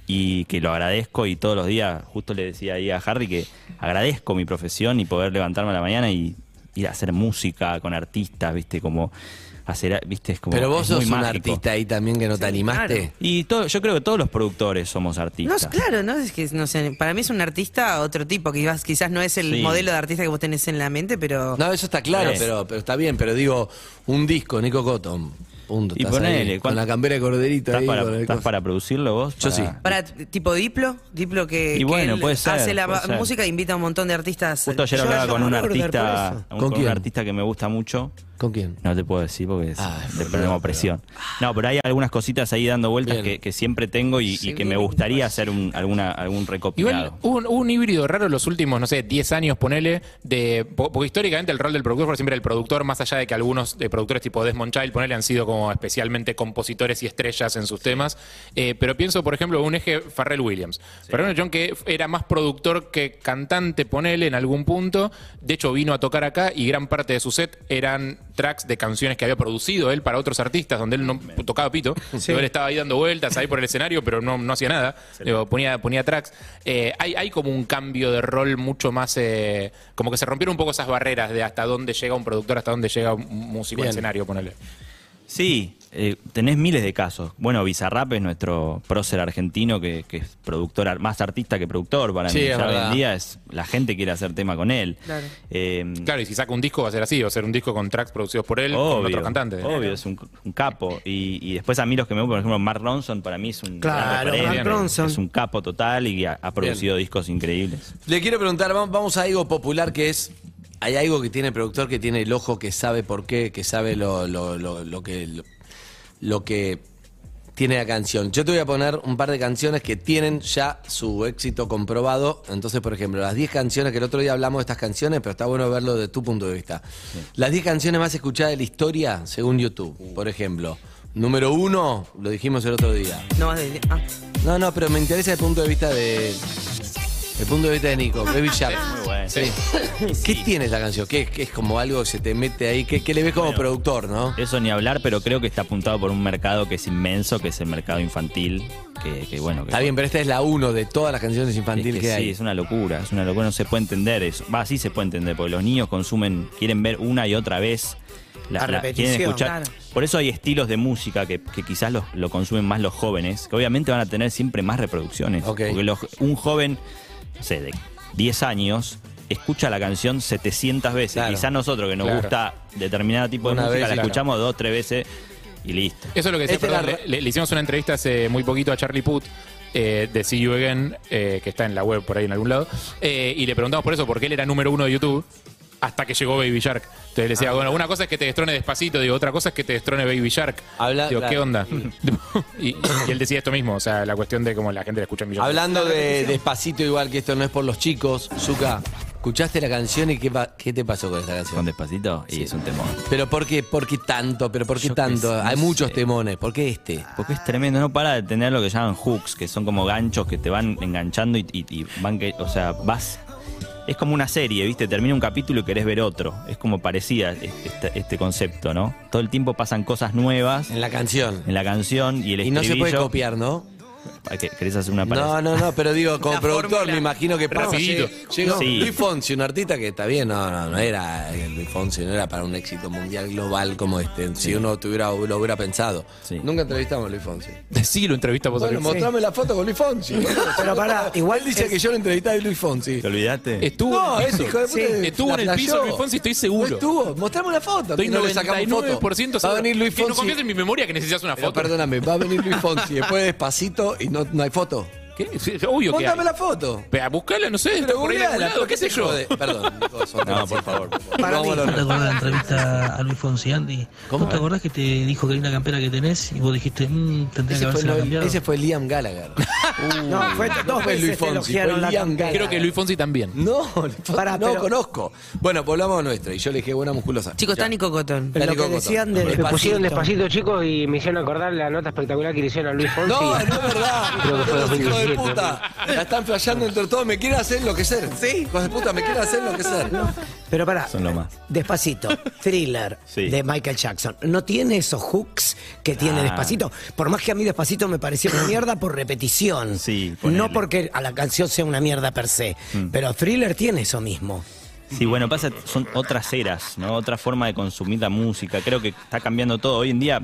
Speaker 5: y que lo agradezco y todos los días, justo le decía ahí a Harry que agradezco mi profesión y poder levantarme a la mañana y ir a hacer música con artistas, viste, como hacer, viste, es como
Speaker 2: Pero vos
Speaker 5: es
Speaker 2: sos
Speaker 5: muy
Speaker 2: un
Speaker 5: mágico.
Speaker 2: artista ahí también que no te animaste.
Speaker 5: Y todo, yo creo que todos los productores somos
Speaker 3: No,
Speaker 5: artistas.
Speaker 3: claro, no es que no sé, para mí es un artista otro tipo, que ibas- quizás no es el
Speaker 5: Sí.
Speaker 3: modelo de artista que vos tenés en la mente, pero
Speaker 2: No, eso está claro,
Speaker 5: Sí.
Speaker 2: pero, pero está bien. Pero digo, un disco, Nico Cotton. Punto.
Speaker 5: Y
Speaker 2: estás ahí,
Speaker 5: ponele,
Speaker 2: con
Speaker 5: ¿cuán-
Speaker 2: la campera de corderito
Speaker 5: ¿Estás
Speaker 2: ahí,
Speaker 5: para,
Speaker 2: con el
Speaker 5: estás
Speaker 2: coso.
Speaker 5: para producirlo vos?
Speaker 2: Yo
Speaker 5: Para-
Speaker 2: sí.
Speaker 3: para t- tipo Diplo, Diplo que,
Speaker 5: Y
Speaker 3: que
Speaker 5: bueno,
Speaker 3: él
Speaker 5: puede ser,
Speaker 3: hace la
Speaker 5: puede
Speaker 3: ba-
Speaker 5: ser.
Speaker 3: música e invita a un montón de artistas.
Speaker 5: Justo ayer
Speaker 6: Yo
Speaker 5: hablaba
Speaker 6: llamo
Speaker 5: con un
Speaker 6: a Order por
Speaker 5: artista,
Speaker 6: eso.
Speaker 5: un-
Speaker 2: ¿Con
Speaker 5: con, un
Speaker 2: quién?
Speaker 5: artista que me gusta mucho.
Speaker 2: ¿Con quién?
Speaker 5: No te puedo decir porque es,
Speaker 2: Ay,
Speaker 5: te
Speaker 2: Ah, boludo,
Speaker 5: perdemos presión. No, pero hay algunas cositas ahí dando vueltas
Speaker 2: Bien.
Speaker 5: que, que siempre tengo y, y
Speaker 3: Sí,
Speaker 5: que me
Speaker 3: bien,
Speaker 5: gustaría hacer un, alguna, algún recopilado.
Speaker 4: Igual hubo un, hubo un híbrido raro en los últimos, no sé, 10 años, ponele, de, po- porque históricamente el rol del productor fue siempre el productor, más allá de que algunos eh, productores tipo Desmond Child, ponele, han sido como especialmente compositores y estrellas en sus temas. Eh, pero pienso, por ejemplo, un eje Farrell Williams. Farrell Williams, que era más productor que cantante, ponele, en algún punto. De hecho, vino a tocar acá y gran parte de su set eran tracks de canciones que había producido él para otros artistas, donde él no tocaba pito. Pero Él estaba ahí dando vueltas ahí por el escenario, pero no, no hacía nada. Digo, ponía, ponía tracks. Eh, hay, hay como un cambio de rol mucho más. eh, como que se rompieron un poco esas barreras de hasta dónde llega un productor, hasta dónde llega un músico al escenario, ponele.
Speaker 5: Sí, eh, tenés miles de casos. Bueno, Bizarrap es nuestro prócer argentino que, que es productor, ar- más artista que productor para
Speaker 2: Sí,
Speaker 5: mí.
Speaker 2: es
Speaker 5: Ya hoy
Speaker 2: verdad.
Speaker 5: en día es, la gente quiere hacer tema con él.
Speaker 3: Claro.
Speaker 5: Eh,
Speaker 4: Claro, y si saca un disco va a ser así, va a ser un disco con tracks producidos por él, con otro cantante.
Speaker 2: ¿eh?
Speaker 5: Obvio, es un, un capo. Y, y después a mí los que me gustan, por ejemplo, Mark Ronson para mí es un gran
Speaker 6: Claro,
Speaker 5: referente.
Speaker 4: Mark
Speaker 6: Ronson.
Speaker 5: Es un capo total y ha, ha producido discos increíbles.
Speaker 2: Le quiero preguntar, vam- vamos a algo popular que es. Hay algo que tiene el productor que tiene el ojo, que sabe por qué, que sabe lo, lo- lo- lo que. Lo, lo que tiene la canción. Yo te voy a poner un par de canciones que tienen ya su éxito comprobado. Entonces, por ejemplo, las 10 canciones que el otro día hablamos de estas canciones, pero está bueno verlo desde tu punto de vista. Las 10 canciones más escuchadas de la historia, según YouTube, por ejemplo. Número uno, lo dijimos el otro día.
Speaker 3: no más de ah.
Speaker 2: No, no, pero me interesa el punto de vista de. El punto de vista de Nico, Baby Shark.
Speaker 5: Muy bueno.
Speaker 2: Sí. ¿Qué tiene esa canción? ¿Qué, qué es como algo que se te mete ahí? ¿Qué, qué le ves como productor, no?
Speaker 5: Eso ni hablar, pero creo que está apuntado por un mercado que es inmenso, que es el mercado infantil. Que, que bueno, que
Speaker 2: Está bien, pero esta es la uno de todas las canciones
Speaker 5: Es
Speaker 2: infantiles
Speaker 5: que
Speaker 2: que, hay.
Speaker 5: sí, es una locura, es una locura, no se puede entender eso. Va, sí se puede entender, porque los niños consumen, quieren ver una y otra vez.
Speaker 6: A
Speaker 5: quieren
Speaker 6: repetición,
Speaker 5: escuchar.
Speaker 3: claro.
Speaker 5: Por eso hay estilos de música que, que quizás los- lo consumen más los jóvenes, que obviamente van a tener siempre más reproducciones.
Speaker 2: Ok.
Speaker 5: Porque los- un joven, no sé, de 10 años, escucha la canción 700 veces.
Speaker 2: Claro.
Speaker 5: Quizás nosotros que nos
Speaker 4: Claro.
Speaker 5: gusta determinado tipo de
Speaker 2: Una
Speaker 5: música,
Speaker 2: vez,
Speaker 5: la
Speaker 2: claro.
Speaker 5: escuchamos dos, tres veces y listo.
Speaker 4: Eso es lo que decía,
Speaker 2: Este
Speaker 4: perdón,
Speaker 2: era-
Speaker 4: le, le- le hicimos una entrevista hace muy poquito a Charlie Puth eh, de See You Again, eh, que está en la web por ahí en algún lado, eh, y le preguntamos por eso, porque él era número uno de YouTube hasta que llegó Baby Shark. Entonces le decía,
Speaker 2: Ah,
Speaker 4: bueno, una cosa es que te destrone despacito, digo, otra cosa es que te destrone Baby Shark.
Speaker 2: Habla-
Speaker 4: digo, ¿qué
Speaker 2: claro.
Speaker 4: onda? y, y él decía esto mismo, o sea, la cuestión de cómo la gente la escucha en millones.
Speaker 2: Hablando de despacito, igual que esto no es por los chicos, Zuka, ¿Escuchaste la canción y qué, pa- qué te pasó con esta
Speaker 5: Con
Speaker 2: canción?
Speaker 5: despacito y es un temor.
Speaker 2: Pero ¿por qué, por qué tanto? ¿Pero por qué
Speaker 5: Yo qué
Speaker 2: tanto?
Speaker 5: sé, no
Speaker 2: Hay muchos
Speaker 5: sé. Ah,
Speaker 2: temones. ¿Por qué este?
Speaker 5: Porque es tremendo, no para de tener lo que llaman hooks, que son como ganchos que te van enganchando y, y- y van que, o sea, vas. Es como una serie, ¿viste? Termina un capítulo y querés ver otro. Es como parecida este, este concepto, ¿no? Todo el tiempo pasan cosas nuevas
Speaker 2: En la canción.
Speaker 5: en la canción y el
Speaker 2: Y no se puede
Speaker 5: estribillo-
Speaker 2: copiar, ¿no?
Speaker 5: Ah, ¿qué- ¿Querés hacer una parecida?
Speaker 2: No, no, no, pero digo, como
Speaker 3: La
Speaker 2: productor
Speaker 3: fórmula.
Speaker 2: me imagino que pasa.
Speaker 4: Rapidito.
Speaker 2: llega- llega
Speaker 5: Sí.
Speaker 2: Luis Fonsi, un artista que está bien, no, no, no era Luis Fonsi, no era para un éxito mundial global como este, si uno tuviera, lo hubiera pensado.
Speaker 5: Sí.
Speaker 2: Nunca entrevistamos a Luis Fonsi.
Speaker 4: Sí, lo entrevista vos.
Speaker 2: Bueno,
Speaker 4: Alex.
Speaker 2: mostrame la foto con Luis Fonsi.
Speaker 6: Pero pará, igual
Speaker 2: Él dice
Speaker 6: es-
Speaker 2: que yo lo entrevisté a Luis Fonsi.
Speaker 5: ¿Te olvidaste?
Speaker 4: Estuvo
Speaker 2: No,
Speaker 4: en el
Speaker 2: ese
Speaker 4: piso.
Speaker 2: hijo de puta
Speaker 4: Sí. Estuvo
Speaker 2: la
Speaker 4: en el piso
Speaker 2: flayó.
Speaker 4: Luis Fonsi, estoy
Speaker 2: No
Speaker 4: seguro.
Speaker 2: estuvo, mostrame la foto.
Speaker 4: Estoy
Speaker 2: que no le sacamos
Speaker 4: 99%
Speaker 2: foto. Va a
Speaker 4: seguro.
Speaker 2: venir Luis
Speaker 4: Si no confías
Speaker 2: Fonsi.
Speaker 4: en mi memoria que necesitas una
Speaker 2: Pero
Speaker 4: foto.
Speaker 2: perdóname, va a venir Luis Fonsi, después despacito y no, no hay foto.
Speaker 4: ¿Qué? Sí, sí, Obvio que hay.
Speaker 2: Montame la foto.
Speaker 4: Pero buscala, no sé, está por ahí en algún
Speaker 2: googleala,
Speaker 4: lado, qué sé yo.
Speaker 2: Joder, Perdón, Nicolás, otra
Speaker 5: No,
Speaker 2: vez,
Speaker 5: por favor.
Speaker 6: Para
Speaker 2: Vámonos,
Speaker 6: mí.
Speaker 8: ¿No te acordás de la entrevista a Luis Fonsi Andy?
Speaker 2: ¿Cómo?
Speaker 8: ¿No te acordás que te dijo que hay una campera que tenés y vos dijiste, mmm, tendría
Speaker 2: Ese
Speaker 8: que
Speaker 2: fue,
Speaker 8: haberse la
Speaker 2: Noel-
Speaker 8: cambiado?
Speaker 2: ese fue Liam Gallagher.
Speaker 6: No, fue
Speaker 2: No
Speaker 6: dos
Speaker 2: fue Luis
Speaker 6: veces te
Speaker 2: Fonsi,
Speaker 6: elogiaron
Speaker 2: fue
Speaker 6: la
Speaker 2: Liam
Speaker 6: campera.
Speaker 4: Creo que Luis Fonsi también.
Speaker 2: No, Luis Fonsi
Speaker 6: Pará,
Speaker 2: no
Speaker 6: pero-
Speaker 2: conozco. Bueno, volvamos a nuestra. Y yo le dije buena musculosa.
Speaker 3: Chicos, está Nico Cotón.
Speaker 2: Dale,
Speaker 6: Lo que
Speaker 2: Coco.
Speaker 6: decían
Speaker 2: Me
Speaker 6: de
Speaker 9: Me pusieron
Speaker 6: Despacito.
Speaker 9: despacito, chicos, y me hicieron acordar la nota espectacular que le hicieron a Luis Fonsi.
Speaker 2: No, no es verdad.
Speaker 9: Creo que fue
Speaker 2: Los hijos de
Speaker 9: 2017,
Speaker 2: puta. La están flasheando entre todos. Me quieren hacer enloquecer. Sí. Hijos de puta, me quieren hacer enloquecer.
Speaker 6: Pero pará,
Speaker 5: Son lo más.
Speaker 6: despacito, thriller
Speaker 5: Sí.
Speaker 6: de Michael Jackson. No tiene esos hooks que tiene
Speaker 5: Ah.
Speaker 6: despacito. Por más que a mí despacito me pareció una mierda por repetición.
Speaker 5: Sí, ponele.
Speaker 6: no porque a la canción sea una mierda per se. Pero thriller tiene eso mismo.
Speaker 5: Sí, bueno, pasa, son otras eras, ¿no? Otra forma de consumir la música. Creo que está cambiando todo. Hoy en día,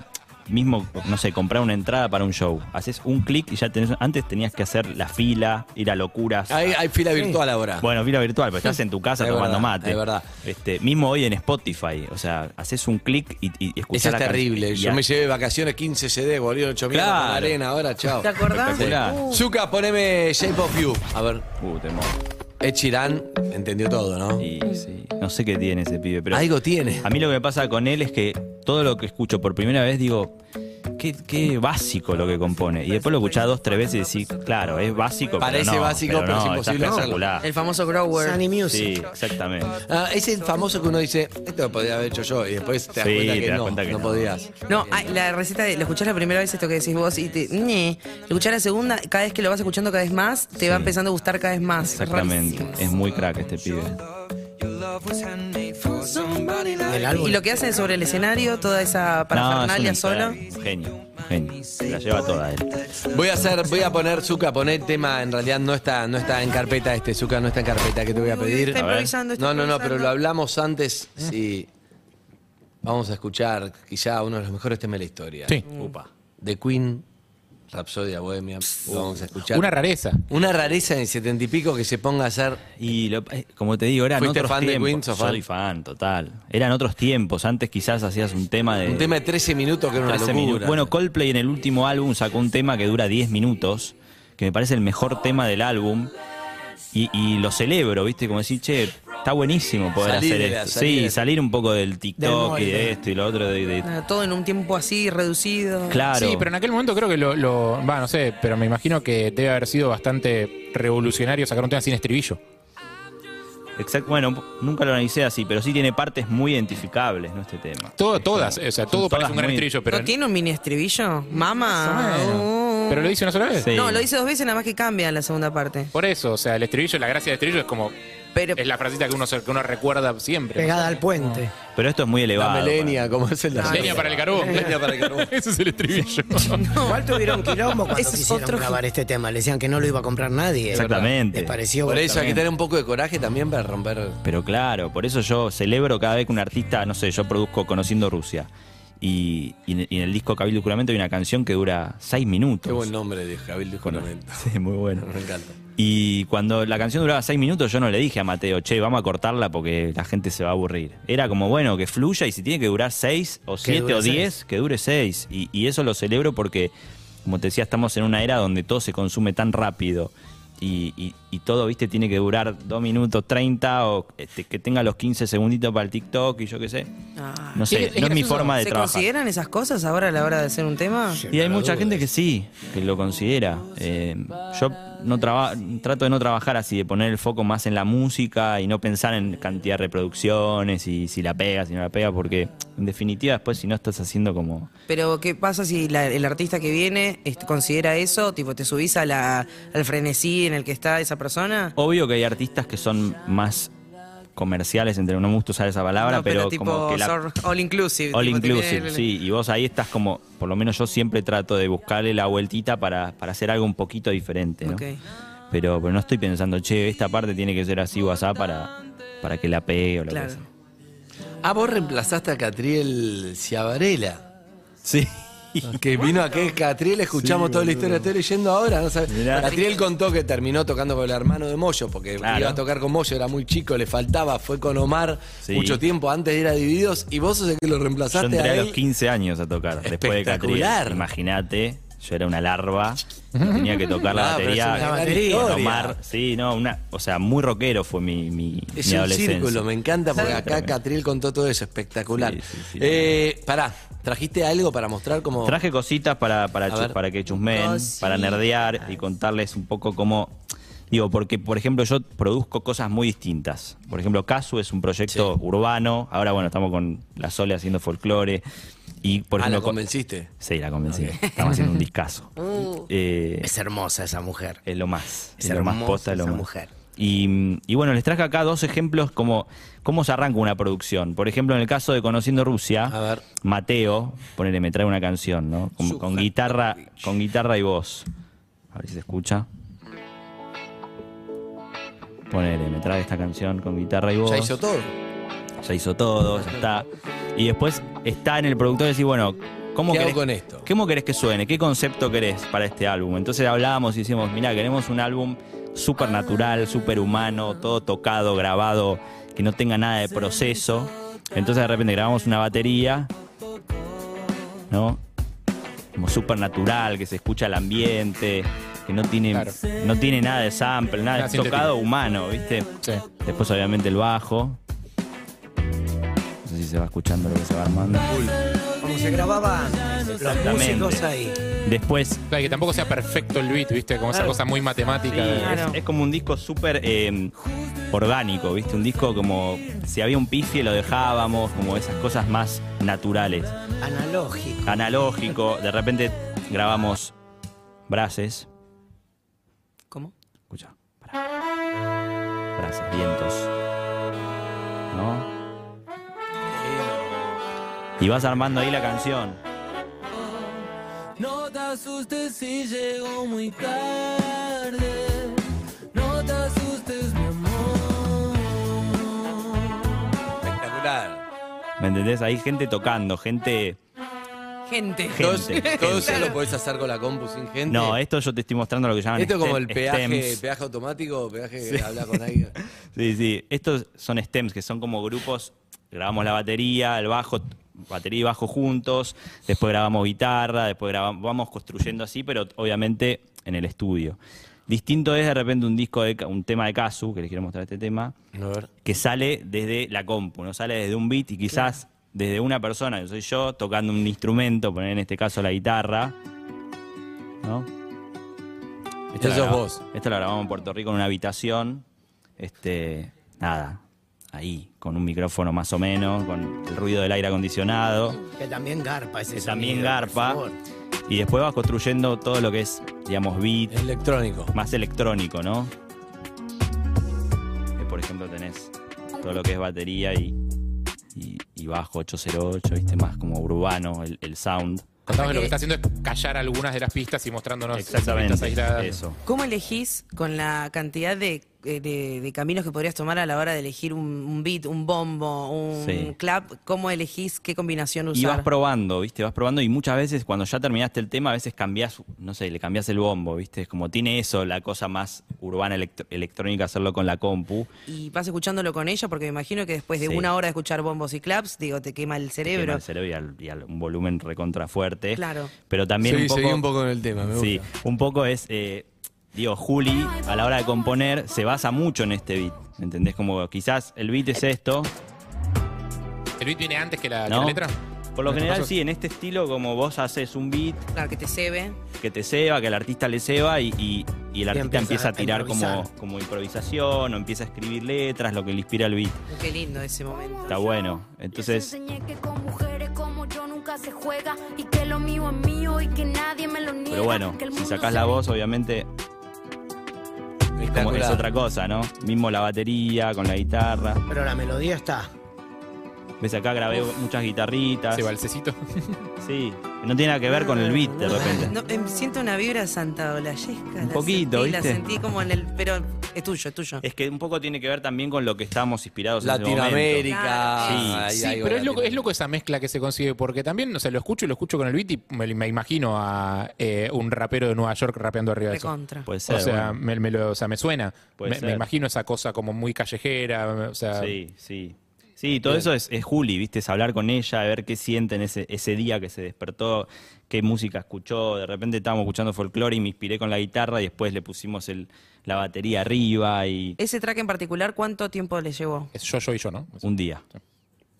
Speaker 5: mismo, no sé, comprar una entrada para un show. Haces un clic y ya tenés. Antes tenías que hacer la fila, ir a locuras.
Speaker 2: Hay, hay fila virtual ahora.
Speaker 5: Bueno, fila virtual, pero estás en tu casa
Speaker 2: Es
Speaker 5: tomando
Speaker 2: verdad,
Speaker 5: mate.
Speaker 2: es verdad.
Speaker 5: Este, mismo hoy en Spotify. O sea, haces un clic y, y escuchás
Speaker 2: Eso es
Speaker 5: la can-
Speaker 2: terrible.
Speaker 5: y
Speaker 2: Yo
Speaker 5: a-
Speaker 2: me llevé vacaciones 15 CD, volvieron 8 mil
Speaker 5: Claro.
Speaker 2: la arena. Ahora, chao.
Speaker 3: ¿Te acordás?
Speaker 5: Espectacular.
Speaker 3: Uh.
Speaker 2: Zuka, poneme Shape of You. A ver,
Speaker 5: Uh, temor.
Speaker 2: Ed Sheeran entendió todo, ¿no?
Speaker 5: Y sí, no sé qué tiene ese pibe, pero.
Speaker 2: Algo tiene.
Speaker 5: A mí lo que me pasa con él es que todo lo que escucho por primera vez digo, qué, qué básco lo que compone. Y después lo escuchás dos, tres veces y decís, claro, es básico. pero
Speaker 2: Parece
Speaker 5: no,
Speaker 2: básico, pero es
Speaker 5: no,
Speaker 2: imposible
Speaker 5: Está
Speaker 2: hacerlo.
Speaker 5: espectacular.
Speaker 3: El famoso grower.
Speaker 6: Sunny Music.
Speaker 5: Sí, exactamente.
Speaker 2: Ah, es el famoso que uno dice, esto lo podría haber hecho yo, y después te das
Speaker 5: Sí,
Speaker 2: cuenta, que,
Speaker 5: te das
Speaker 2: no,
Speaker 5: cuenta que
Speaker 2: no
Speaker 5: no.
Speaker 2: podías.
Speaker 3: No, ah, la receta de, lo escuchás la primera vez esto que decís vos y te, ñe, lo escuchás la segunda, cada vez que lo vas escuchando cada vez más, te va empezando a gustar cada vez más.
Speaker 5: Exactamente.
Speaker 3: Rarísimo.
Speaker 5: Es muy crack este pibe.
Speaker 6: El
Speaker 3: Y
Speaker 6: álbum.
Speaker 3: lo que hacen sobre el escenario, toda esa parafernalia
Speaker 5: es un
Speaker 3: sola.
Speaker 5: enfermo, un Genio, un genio. Se la lleva toda él.
Speaker 2: Voy a hacer, voy a poner Zuka, poner tema, en realidad no está, no está en carpeta este, Zuka no está en carpeta, que te voy a pedir.
Speaker 3: Está improvisando, está
Speaker 2: No, no, no,
Speaker 3: improvisando.
Speaker 2: pero lo hablamos antes y vamos a escuchar quizá uno de los mejores temas de la historia.
Speaker 4: Sí.
Speaker 3: Mm.
Speaker 2: Upa. De Queen, Rapsodia Bohemia, lo vamos a escuchar.
Speaker 4: Una rareza.
Speaker 2: Una rareza en el setenta y pico que se ponga a hacer
Speaker 5: Y lo- eh, como te digo, eran
Speaker 2: ¿Fuiste
Speaker 5: otros
Speaker 2: fan de
Speaker 5: tiempos.
Speaker 2: Queen, sos fan?
Speaker 5: Soy fan, total. Eran otros tiempos. Antes quizás hacías un tema de.
Speaker 2: un tema de 13 minutos que era una
Speaker 5: 13
Speaker 2: locura.
Speaker 5: Eh, minutos. Bueno, Coldplay en el último álbum sacó un tema que dura 10 minutos, que me parece el mejor tema del álbum. Y, y lo celebro, ¿viste? Como decir, che, está buenísimo poder
Speaker 2: Salir
Speaker 5: hacer
Speaker 2: de la-
Speaker 5: esto.
Speaker 2: salir de
Speaker 5: sí,
Speaker 2: la-
Speaker 5: salir un poco del TikTok
Speaker 6: Del
Speaker 5: y de
Speaker 6: molde.
Speaker 5: esto y lo otro. De, de-
Speaker 3: Ah, Todo en un tiempo así, reducido.
Speaker 5: Claro.
Speaker 4: Sí, pero en aquel momento creo que lo, lo- va, no sé, pero me imagino que debe haber sido bastante revolucionario sacar un tema sin estribillo.
Speaker 5: Exact- bueno, nunca lo analicé así, pero sí tiene partes muy identificables, ¿no? Este tema.
Speaker 4: Todo,
Speaker 5: Es
Speaker 4: todas,
Speaker 5: como-
Speaker 4: o sea,
Speaker 5: son
Speaker 4: todo parece
Speaker 5: todas
Speaker 4: un gran
Speaker 5: muy-
Speaker 4: estribillo, pero.
Speaker 3: ¿No tiene un mini estribillo? Mamá.
Speaker 4: Más o menos.
Speaker 3: Uh.
Speaker 4: ¿Pero lo dice una sola vez?
Speaker 5: Sí.
Speaker 3: No, lo hice dos veces, nada más que cambia en la segunda parte.
Speaker 4: Por eso, o sea, el estribillo, la gracia del estribillo es como.
Speaker 3: Pero
Speaker 4: Es la frasita que uno, se- que uno recuerda siempre.
Speaker 6: Pegada al puente.
Speaker 5: Pero esto es muy
Speaker 2: la
Speaker 5: elevado.
Speaker 2: melenia, como es el de la
Speaker 4: Leña para el carbón.
Speaker 2: Leña para el carbón.
Speaker 4: Ese es el estribillo.
Speaker 6: Igual tuvieron quilombo cuando
Speaker 3: Ese es
Speaker 6: quisieron
Speaker 3: otro
Speaker 6: grabar este tema. Le decían que no lo iba a comprar nadie.
Speaker 5: Exactamente.
Speaker 6: Les pareció
Speaker 2: Por eso hay que
Speaker 5: También.
Speaker 2: tener un poco de coraje también para romper.
Speaker 5: Pero claro, por eso yo celebro cada vez que un artista, no sé, yo produzco Conociendo Rusia. Y, y en- y en el disco Cabildo y Juramento hay una canción que dura seis minutos.
Speaker 2: Qué buen nombre de Javier Luis
Speaker 5: Bueno,
Speaker 2: Juramento.
Speaker 5: sí, muy bueno.
Speaker 2: Me encanta.
Speaker 5: Y cuando la canción duraba seis minutos, yo no le dije a Mateo, che, vamos a cortarla porque la gente se va a aburrir. Era como, bueno, que fluya y si tiene que durar seis o siete
Speaker 6: dure
Speaker 5: o diez, que dure seis. Y, y eso lo celebro porque, como te decía, estamos en una era donde todo se consume tan rápido. Y, y- y todo, viste, tiene que durar dos minutos treinta o este, que tenga los 15 segunditos para el TikTok y yo qué sé.
Speaker 3: Ah.
Speaker 5: No sé,
Speaker 4: Es- es
Speaker 5: no es mi
Speaker 4: gracioso.
Speaker 5: forma de
Speaker 3: ¿se
Speaker 5: trabajar.
Speaker 3: consideran esas cosas ahora a la hora de hacer un tema?
Speaker 5: Y hay mucha gente que sí, que lo considera. Eh, yo no traba- trato de no trabajar así, de poner el foco más en la música y no pensar en cantidad de reproducciones y si la pega, si no la pega, porque en definitiva después si no estás haciendo como...
Speaker 3: Pero, ¿qué pasa si la- el artista que viene este, considera eso? Tipo, ¿te subís a la, al frenesí en el que está esa persona?
Speaker 5: Obvio que hay artistas que son más comerciales, entre no me gusta usar esa palabra,
Speaker 3: No,
Speaker 5: pero,
Speaker 3: tipo,
Speaker 5: como que la...
Speaker 3: sor- all inclusive.
Speaker 5: All
Speaker 3: tipo, te
Speaker 5: inclusive,
Speaker 3: viene el-
Speaker 5: sí. Y vos ahí estás como, por lo menos yo siempre trato de buscarle la vueltita para, para hacer algo un poquito diferente, ¿no?
Speaker 3: Ok.
Speaker 5: Pero, pero no estoy pensando, che, esta parte tiene que ser así o asá para, para que la pegue o lo
Speaker 3: Claro.
Speaker 5: que sea.
Speaker 2: Ah, vos reemplazaste a Catriel Ciavarela.
Speaker 5: Sí.
Speaker 2: Que vino acá, Catriel, escuchamos toda la historia, estoy leyendo ahora. No sabes.
Speaker 5: Mirá.
Speaker 2: Catriel contó que terminó tocando con el hermano de Moyo, porque
Speaker 5: Claro.
Speaker 2: iba a tocar con Moyo, era muy chico, le faltaba, fue con Omar
Speaker 5: Sí.
Speaker 2: mucho tiempo antes de ir a Divididos, y vos sos el que lo
Speaker 5: Yo
Speaker 2: reemplazaste
Speaker 5: entré a
Speaker 2: él.
Speaker 5: los 15 años a tocar, después de Catriel.
Speaker 2: Espectacular.
Speaker 5: Imagínate, yo era una larva, tenía que tocar la
Speaker 2: Ah, pero es
Speaker 5: batería.
Speaker 2: una gran
Speaker 5: con
Speaker 2: historia.
Speaker 5: Omar, sí, no, una, o sea, muy rockero fue mi, mi,
Speaker 2: Es
Speaker 5: mi
Speaker 2: un
Speaker 5: adolescencia.
Speaker 2: círculo, me encanta porque
Speaker 5: Sí,
Speaker 2: acá
Speaker 5: tremendo.
Speaker 2: Catriel contó todo eso, espectacular.
Speaker 5: Sí, sí, sí.
Speaker 2: Eh, pará, ¿trajiste algo para mostrar cómo
Speaker 5: Traje cositas para, para,
Speaker 2: Oh. A
Speaker 5: chu-
Speaker 2: ver.
Speaker 5: para que chusmen,
Speaker 3: Cositas.
Speaker 5: para nerdear y contarles un poco cómo. Digo, porque, por ejemplo, yo produzco cosas muy distintas. Por ejemplo, Casu es un proyecto urbano. Ahora, bueno, estamos con la Sole haciendo folclore. Y, por
Speaker 2: Ah,
Speaker 5: ejemplo,
Speaker 2: la
Speaker 5: co-
Speaker 2: convenciste?
Speaker 5: Sí, la convencí. Estamos haciendo un discazo. Eh,
Speaker 6: Es hermosa esa mujer.
Speaker 5: es lo más.
Speaker 6: Es
Speaker 5: Es, lo más
Speaker 6: hermosa
Speaker 5: posta, es lo
Speaker 6: esa
Speaker 5: más.
Speaker 6: mujer.
Speaker 5: Y, y bueno, les traje acá dos ejemplos como cómo se arranca una producción. Por ejemplo, en el caso de Conociendo Rusia,
Speaker 2: A ver.
Speaker 5: Mateo, ponele, me trae una canción, ¿no? Con, con guitarra, con guitarra y voz. A ver si se escucha. Ponele, me trae esta canción con guitarra y voz
Speaker 2: ya hizo todo?
Speaker 5: ya hizo todo, ya está. Y después está en el productor y decir, bueno, ¿cómo
Speaker 2: ¿Qué hago
Speaker 5: querés,
Speaker 2: con esto?
Speaker 5: ¿Cómo querés que suene? ¿Qué concepto querés para este álbum? Entonces hablábamos y decíamos, mira, queremos un álbum súper natural, súper humano, todo tocado, grabado, que no tenga nada de proceso. Entonces de repente grabamos una batería, ¿no? Como súper natural, que se escucha el ambiente, que no tiene,
Speaker 4: Claro.
Speaker 5: no tiene nada de sample, nada,
Speaker 4: Nada
Speaker 5: es tocado
Speaker 4: sintético.
Speaker 5: humano, ¿viste?
Speaker 4: Sí.
Speaker 5: Después obviamente el bajo. No sé si se va escuchando lo que se va armando.
Speaker 6: Como se grababan los
Speaker 5: Exactamente.
Speaker 6: músicos ahí.
Speaker 5: Después
Speaker 4: Claro, y que tampoco sea perfecto el beat, ¿viste? Como esa cosa muy matemática. de-
Speaker 5: es- es, como un disco súper eh, orgánico, ¿viste? Un disco como si había un pifie lo dejábamos, como esas cosas más naturales.
Speaker 6: Analógico.
Speaker 5: Analógico, de repente grabamos brases.
Speaker 3: ¿Cómo?
Speaker 5: Escucha. pará. Brases, vientos. ¿No? Y vas armando ahí la canción.
Speaker 10: No te asustes si llego muy tarde. No te asustes, mi amor.
Speaker 2: Espectacular.
Speaker 5: ¿Me entendés? Hay gente tocando, gente.
Speaker 3: Gente.
Speaker 5: Gente.
Speaker 2: Todo, todo eso lo podés hacer con la compu sin gente.
Speaker 5: No, esto yo te estoy mostrando lo que llaman.
Speaker 2: Esto es como el
Speaker 5: stem-
Speaker 2: peaje,
Speaker 5: stems.
Speaker 2: peaje automático, peaje que habla con alguien.
Speaker 5: Sí, sí. Estos son stems, que son como grupos. Grabamos la batería, el bajo, batería y bajo juntos. Después grabamos guitarra, después grabamos. Vamos construyendo así, pero obviamente en el estudio. Distinto es de repente un disco de ca- un tema de Casu, que les quiero mostrar este tema. que sale desde la compu, no sale desde un beat y quizás desde una persona, que soy yo, tocando un instrumento, poner en este caso la guitarra. ¿No?
Speaker 2: Eso
Speaker 5: Esto lo
Speaker 2: sos
Speaker 5: graba-
Speaker 2: vos.
Speaker 5: Esto lo grabamos en Puerto Rico en una habitación. Este, nada, ahí, con un micrófono más o menos, con el ruido del aire acondicionado.
Speaker 6: Que también garpa ese
Speaker 5: Que también
Speaker 6: sonido, por
Speaker 5: garpa.
Speaker 6: favor.
Speaker 5: Y después vas construyendo todo lo que es, digamos, beat,
Speaker 2: Es electrónico.
Speaker 5: más electrónico, ¿no? Que, por ejemplo tenés todo lo que es batería y, y, y bajo 808, ¿viste? Más como urbano el, el sound.
Speaker 4: Contamos que lo que está haciendo es callar algunas de las pistas y
Speaker 2: Ah,
Speaker 4: mostrándonos pistas aisladas.
Speaker 5: Eso.
Speaker 3: ¿Cómo elegís con la cantidad de, eh, de- de caminos que podrías tomar a la hora de elegir un, un beat, un bombo, un
Speaker 5: Sí.
Speaker 3: clap? ¿Cómo elegís qué combinación usar?
Speaker 5: Y vas probando, ¿viste? Vas probando y muchas veces cuando ya terminaste el tema, a veces cambias, no sé, le cambias el bombo, ¿viste? Es como tiene eso, la cosa más urbana elect- electrónica, hacerlo con la compu.
Speaker 3: Y vas escuchándolo con ella, porque me imagino que después de
Speaker 5: Sí.
Speaker 3: una hora de escuchar bombos y claps, digo, te quema el
Speaker 5: que
Speaker 3: cerebro.
Speaker 5: no, el cerebro y, al- y al- un volumen recontra fuerte.
Speaker 3: Claro.
Speaker 5: Pero también
Speaker 2: Sí,
Speaker 5: un poco,
Speaker 2: seguí un poco en el tema, me gusta.
Speaker 5: Sí, un poco es, eh, digo, Juli, a la hora de componer, se basa mucho en este beat. ¿Me entendés? Como quizás el beat es esto,
Speaker 4: ¿El beat viene antes que la, que
Speaker 5: ¿no?
Speaker 4: la letra?
Speaker 5: por lo
Speaker 4: En estos
Speaker 5: general
Speaker 4: casos-
Speaker 5: sí, en este estilo como vos haces un beat
Speaker 3: Claro, que te cebe. Oh,
Speaker 5: que te ceba, que el artista le ceba y, y- y el
Speaker 6: empieza
Speaker 5: artista empieza
Speaker 6: a
Speaker 5: a tirar como,
Speaker 6: improvisar.
Speaker 5: como improvisación o empieza a escribir letras, lo que le inspira el beat.
Speaker 3: Qué lindo ese momento.
Speaker 5: Está bueno. Entonces,
Speaker 1: Les enseñé que con mujeres como yo nunca se juega y que lo mío es mío y que nadie me lo niega.
Speaker 5: pero bueno,
Speaker 1: que el
Speaker 5: si
Speaker 1: mundo
Speaker 5: sacás
Speaker 1: se
Speaker 5: la voz, obviamente es, como, es
Speaker 2: Espectacular.
Speaker 5: otra cosa, ¿no? Mismo la batería, con la guitarra.
Speaker 6: Pero la melodía está.
Speaker 5: Ves acá grabé muchas guitarritas.
Speaker 4: Ese balsecito.
Speaker 5: Sí, no tiene nada que ver con el beat de repente.
Speaker 3: No, em, siento una vibra santa olayesca.
Speaker 5: Un poquito,
Speaker 3: sentí, La
Speaker 5: ¿viste?
Speaker 3: sentí como en el. Pero es tuyo, es tuyo.
Speaker 5: Es que un poco tiene que ver también con lo que estamos inspirados en ese momento.
Speaker 2: Latinoamérica.
Speaker 5: momento.
Speaker 2: hay
Speaker 4: Sí,
Speaker 2: algo de
Speaker 4: pero es loco, es
Speaker 2: Latinoamérica.
Speaker 4: loco esa mezcla que se consigue, porque también, o sea, lo escucho y lo escucho con el beat y me, me imagino a eh, un rapero de Nueva York rapeando arriba de eso.
Speaker 3: Recontra.
Speaker 5: Puede ser.
Speaker 4: O sea,
Speaker 5: bueno.
Speaker 4: me, me lo- o sea, me suena.
Speaker 5: Puede
Speaker 4: Me, me
Speaker 5: ser.
Speaker 4: imagino esa cosa como muy callejera. O sea,
Speaker 5: Sí, sí. Sí, todo eso es, es Juli, ¿viste? Es hablar con ella, ver qué sienten ese, ese día que se despertó, qué música escuchó. De repente estábamos escuchando folclore y me inspiré con la guitarra y después le pusimos el, la batería arriba y
Speaker 3: Ese track en particular, ¿cuánto tiempo le llevó?
Speaker 4: es yo, yo y yo, ¿no?
Speaker 5: un día,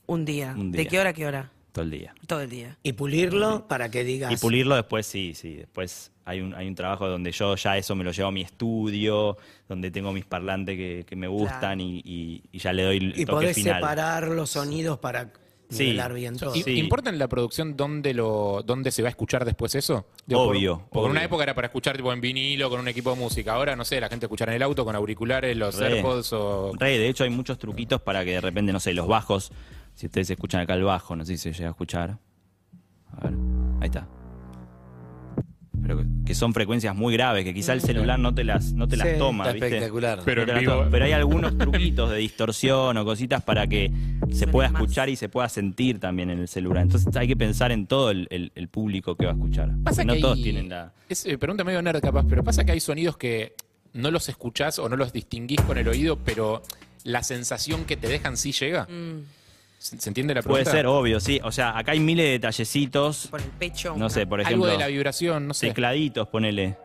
Speaker 3: Un día.
Speaker 5: Un
Speaker 3: ¿De
Speaker 5: día.
Speaker 3: qué hora a qué hora?
Speaker 5: todo el día.
Speaker 3: Todo el día.
Speaker 6: Y pulirlo para que digas.
Speaker 5: Y pulirlo después, sí, sí. Después hay un, hay un trabajo donde yo ya eso me lo llevo a mi estudio, donde tengo mis parlantes que, que me gustan
Speaker 3: Claro.
Speaker 5: y, y- y ya le doy el
Speaker 6: Y
Speaker 5: toque
Speaker 6: podés
Speaker 5: final.
Speaker 6: separar los sonidos para
Speaker 5: Sí.
Speaker 6: nivelar bien todo.
Speaker 4: ¿Y-
Speaker 5: Sí.
Speaker 4: ¿Importa en la producción dónde lo dónde se va a escuchar después eso? por-
Speaker 5: Obvio,
Speaker 4: Porque en una
Speaker 5: obvio.
Speaker 4: época era para escuchar tipo en vinilo, con un equipo de música. Ahora, no sé, la gente escuchará en el auto con auriculares, los
Speaker 5: Re.
Speaker 4: AirPods o...
Speaker 5: Re, de hecho hay muchos truquitos para que de repente, no sé, los bajos, si ustedes escuchan acá el bajo, no sé si se llega a escuchar. A ver, ahí está. Pero que- que son frecuencias muy graves, que quizá el celular no te las, no te las toma,
Speaker 2: Está
Speaker 5: ¿viste?
Speaker 2: espectacular.
Speaker 4: Pero
Speaker 5: No te
Speaker 4: en
Speaker 5: las
Speaker 4: vivo-
Speaker 5: toma. Pero hay algunos truquitos de distorsión o cositas para que se
Speaker 3: Suene
Speaker 5: pueda
Speaker 3: más.
Speaker 5: escuchar y se pueda sentir también en el celular. Entonces hay que pensar en todo el, el- el público que va a escuchar.
Speaker 4: Pasa
Speaker 5: Porque no
Speaker 4: que
Speaker 5: todos
Speaker 4: hay-
Speaker 5: tienen la...
Speaker 4: Es eh, pregunta medio nerd capaz, pero pasa que hay sonidos que no los escuchás o no los distinguís con el oído, pero la sensación que te dejan sí llega. ¿Se, se entiende la
Speaker 5: Puede
Speaker 4: pregunta?
Speaker 5: ser, obvio, sí. O sea, acá hay miles de detallecitos.
Speaker 3: Por el pecho.
Speaker 5: No sé, por
Speaker 4: Algo
Speaker 5: ejemplo...
Speaker 4: de la vibración, no sé.
Speaker 5: tecladitos, ponele.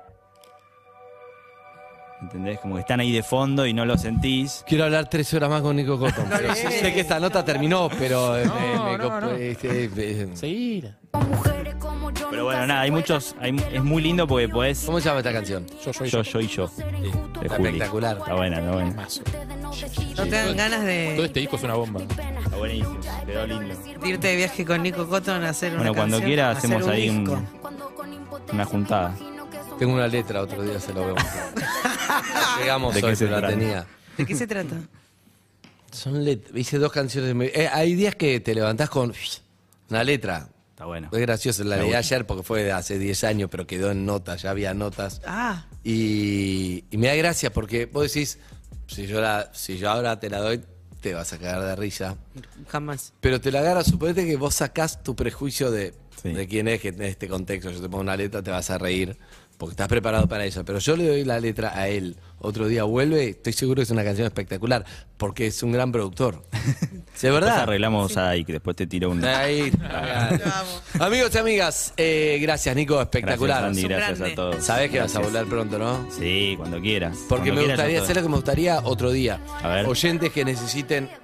Speaker 5: ¿Entendés? Como que están ahí de fondo y no lo sentís.
Speaker 2: Quiero hablar tres horas más con Nico Cotton. pero
Speaker 3: le-
Speaker 2: sé que esta nota terminó, pero eh, me-
Speaker 4: No,
Speaker 2: me
Speaker 4: no, no.
Speaker 2: este, eh,
Speaker 4: Seguir.
Speaker 1: Con mujeres como yo
Speaker 5: Pero
Speaker 1: nunca
Speaker 5: bueno,
Speaker 1: se
Speaker 5: nada, hay
Speaker 1: juega,
Speaker 5: muchos. hay-
Speaker 1: y que
Speaker 5: es
Speaker 1: lo
Speaker 5: muy
Speaker 1: mío
Speaker 5: lindo
Speaker 1: es
Speaker 5: porque
Speaker 1: mío,
Speaker 5: podés.
Speaker 2: ¿Cómo se llama esta canción?
Speaker 4: Yo, yo, y
Speaker 5: Yo,
Speaker 4: yo.
Speaker 5: yo y yo.
Speaker 1: ser
Speaker 5: de
Speaker 1: injusto, pero
Speaker 5: Juli.
Speaker 2: Espectacular.
Speaker 5: Está buena, está buena.
Speaker 4: Mazo.
Speaker 1: ustedes no deciden.
Speaker 3: No te dan ganas
Speaker 4: Todo
Speaker 3: de
Speaker 4: este disco es una bomba.
Speaker 5: Está buenísimo. Quedó lindo.
Speaker 3: irte de viaje con Nico Cotton a hacer una
Speaker 5: Bueno, cuando
Speaker 3: canción.
Speaker 5: quiera
Speaker 6: hacer
Speaker 5: hacemos
Speaker 6: un
Speaker 5: ahí un.
Speaker 6: disco.
Speaker 1: Cuando con impotencia
Speaker 5: Una juntada.
Speaker 1: me imagino que son
Speaker 2: Tengo una letra, otro día se lo vemos. Llegamos
Speaker 5: ¿De qué
Speaker 2: hoy,
Speaker 5: se
Speaker 2: pero la
Speaker 5: trata?
Speaker 2: tenía.
Speaker 3: ¿De qué se trata?
Speaker 2: Son let- hice dos canciones. de mi- eh, hay días que te levantás con una letra.
Speaker 5: Está bueno.
Speaker 2: Es gracioso, la
Speaker 5: Me
Speaker 2: leí
Speaker 5: gusta.
Speaker 2: ayer porque fue de hace 10 años, pero quedó en notas, ya había notas.
Speaker 3: Ah,
Speaker 2: Y, y me da gracia porque vos decís, si yo, la, si yo ahora te la doy, te vas a cagar de risa.
Speaker 3: jamás.
Speaker 2: Pero te la agarra, suponete que vos sacás tu prejuicio de,
Speaker 5: Sí.
Speaker 2: de quién es, que en este contexto yo te pongo una letra, te vas a reír, porque estás preparado para eso. Pero yo le doy la letra a él, otro día vuelve, estoy seguro que es una canción espectacular, porque es un gran productor. ¿De
Speaker 5: Después
Speaker 2: verdad?
Speaker 5: arreglamos a Ike, después te tiro un.
Speaker 2: Ahí está. Amigos y amigas, eh, gracias Nico,
Speaker 5: Gracias,
Speaker 2: espectacular.
Speaker 5: Andy,
Speaker 3: Sos
Speaker 5: gracias
Speaker 3: grande.
Speaker 5: a todos.
Speaker 2: Sabés que vas a
Speaker 5: Gracias.
Speaker 2: volar pronto, ¿no?
Speaker 5: Sí, cuando quieras.
Speaker 2: Porque
Speaker 5: Cuando
Speaker 2: me
Speaker 5: quieras,
Speaker 2: gustaría
Speaker 5: yo
Speaker 2: hacer lo
Speaker 5: estoy.
Speaker 2: que me gustaría otro día.
Speaker 5: A ver.
Speaker 2: Oyentes que necesiten
Speaker 5: De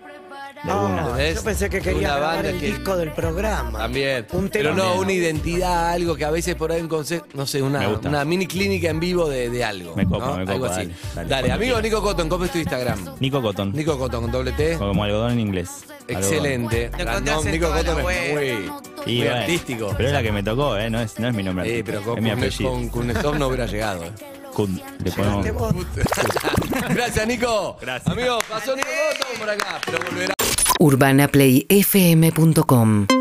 Speaker 5: una.
Speaker 6: Ah,
Speaker 2: ¿Ves?
Speaker 6: yo pensé que
Speaker 2: Una
Speaker 6: quería grabar
Speaker 2: banda
Speaker 6: el
Speaker 2: que-
Speaker 6: disco del programa.
Speaker 2: También.
Speaker 6: Un tema.
Speaker 2: Pero no, una identidad, algo que a veces por ahí un consejo, no sé, una,
Speaker 5: Me gusta.
Speaker 2: una mini clínica en vivo de, de algo.
Speaker 5: Me copa,
Speaker 2: ¿no?
Speaker 5: me copa,
Speaker 2: Algo así.
Speaker 5: dale,
Speaker 2: Dale,
Speaker 5: dale, cuando
Speaker 2: amigo
Speaker 5: quieras.
Speaker 2: Nico Cotton, ¿cómo es tu Instagram?
Speaker 5: Nico Cotton.
Speaker 2: Nico Cotton con doble T.
Speaker 5: Como algodón en inglés. Algodón.
Speaker 2: Excelente.
Speaker 1: Lo
Speaker 2: Gran
Speaker 3: encontrás
Speaker 2: nombre,
Speaker 3: en
Speaker 2: Nico
Speaker 3: toda la
Speaker 2: Cotton es
Speaker 3: web.
Speaker 2: muy,
Speaker 5: Y
Speaker 2: muy
Speaker 5: bueno,
Speaker 2: artístico.
Speaker 5: Pero es la que me tocó, ¿eh? No es, no es mi nombre.
Speaker 2: Eh,
Speaker 5: artístico,
Speaker 2: pero
Speaker 5: es mi
Speaker 2: con,
Speaker 5: apellido.
Speaker 2: con, con Stone no hubiera llegado. eh.
Speaker 5: Kun. Le ponemos-
Speaker 6: Este vos-
Speaker 2: Gracias, Nico.
Speaker 5: Gracias.
Speaker 2: Amigo, pasó Nico Cotton por acá, pero volverá.
Speaker 11: urbanaplayfm.com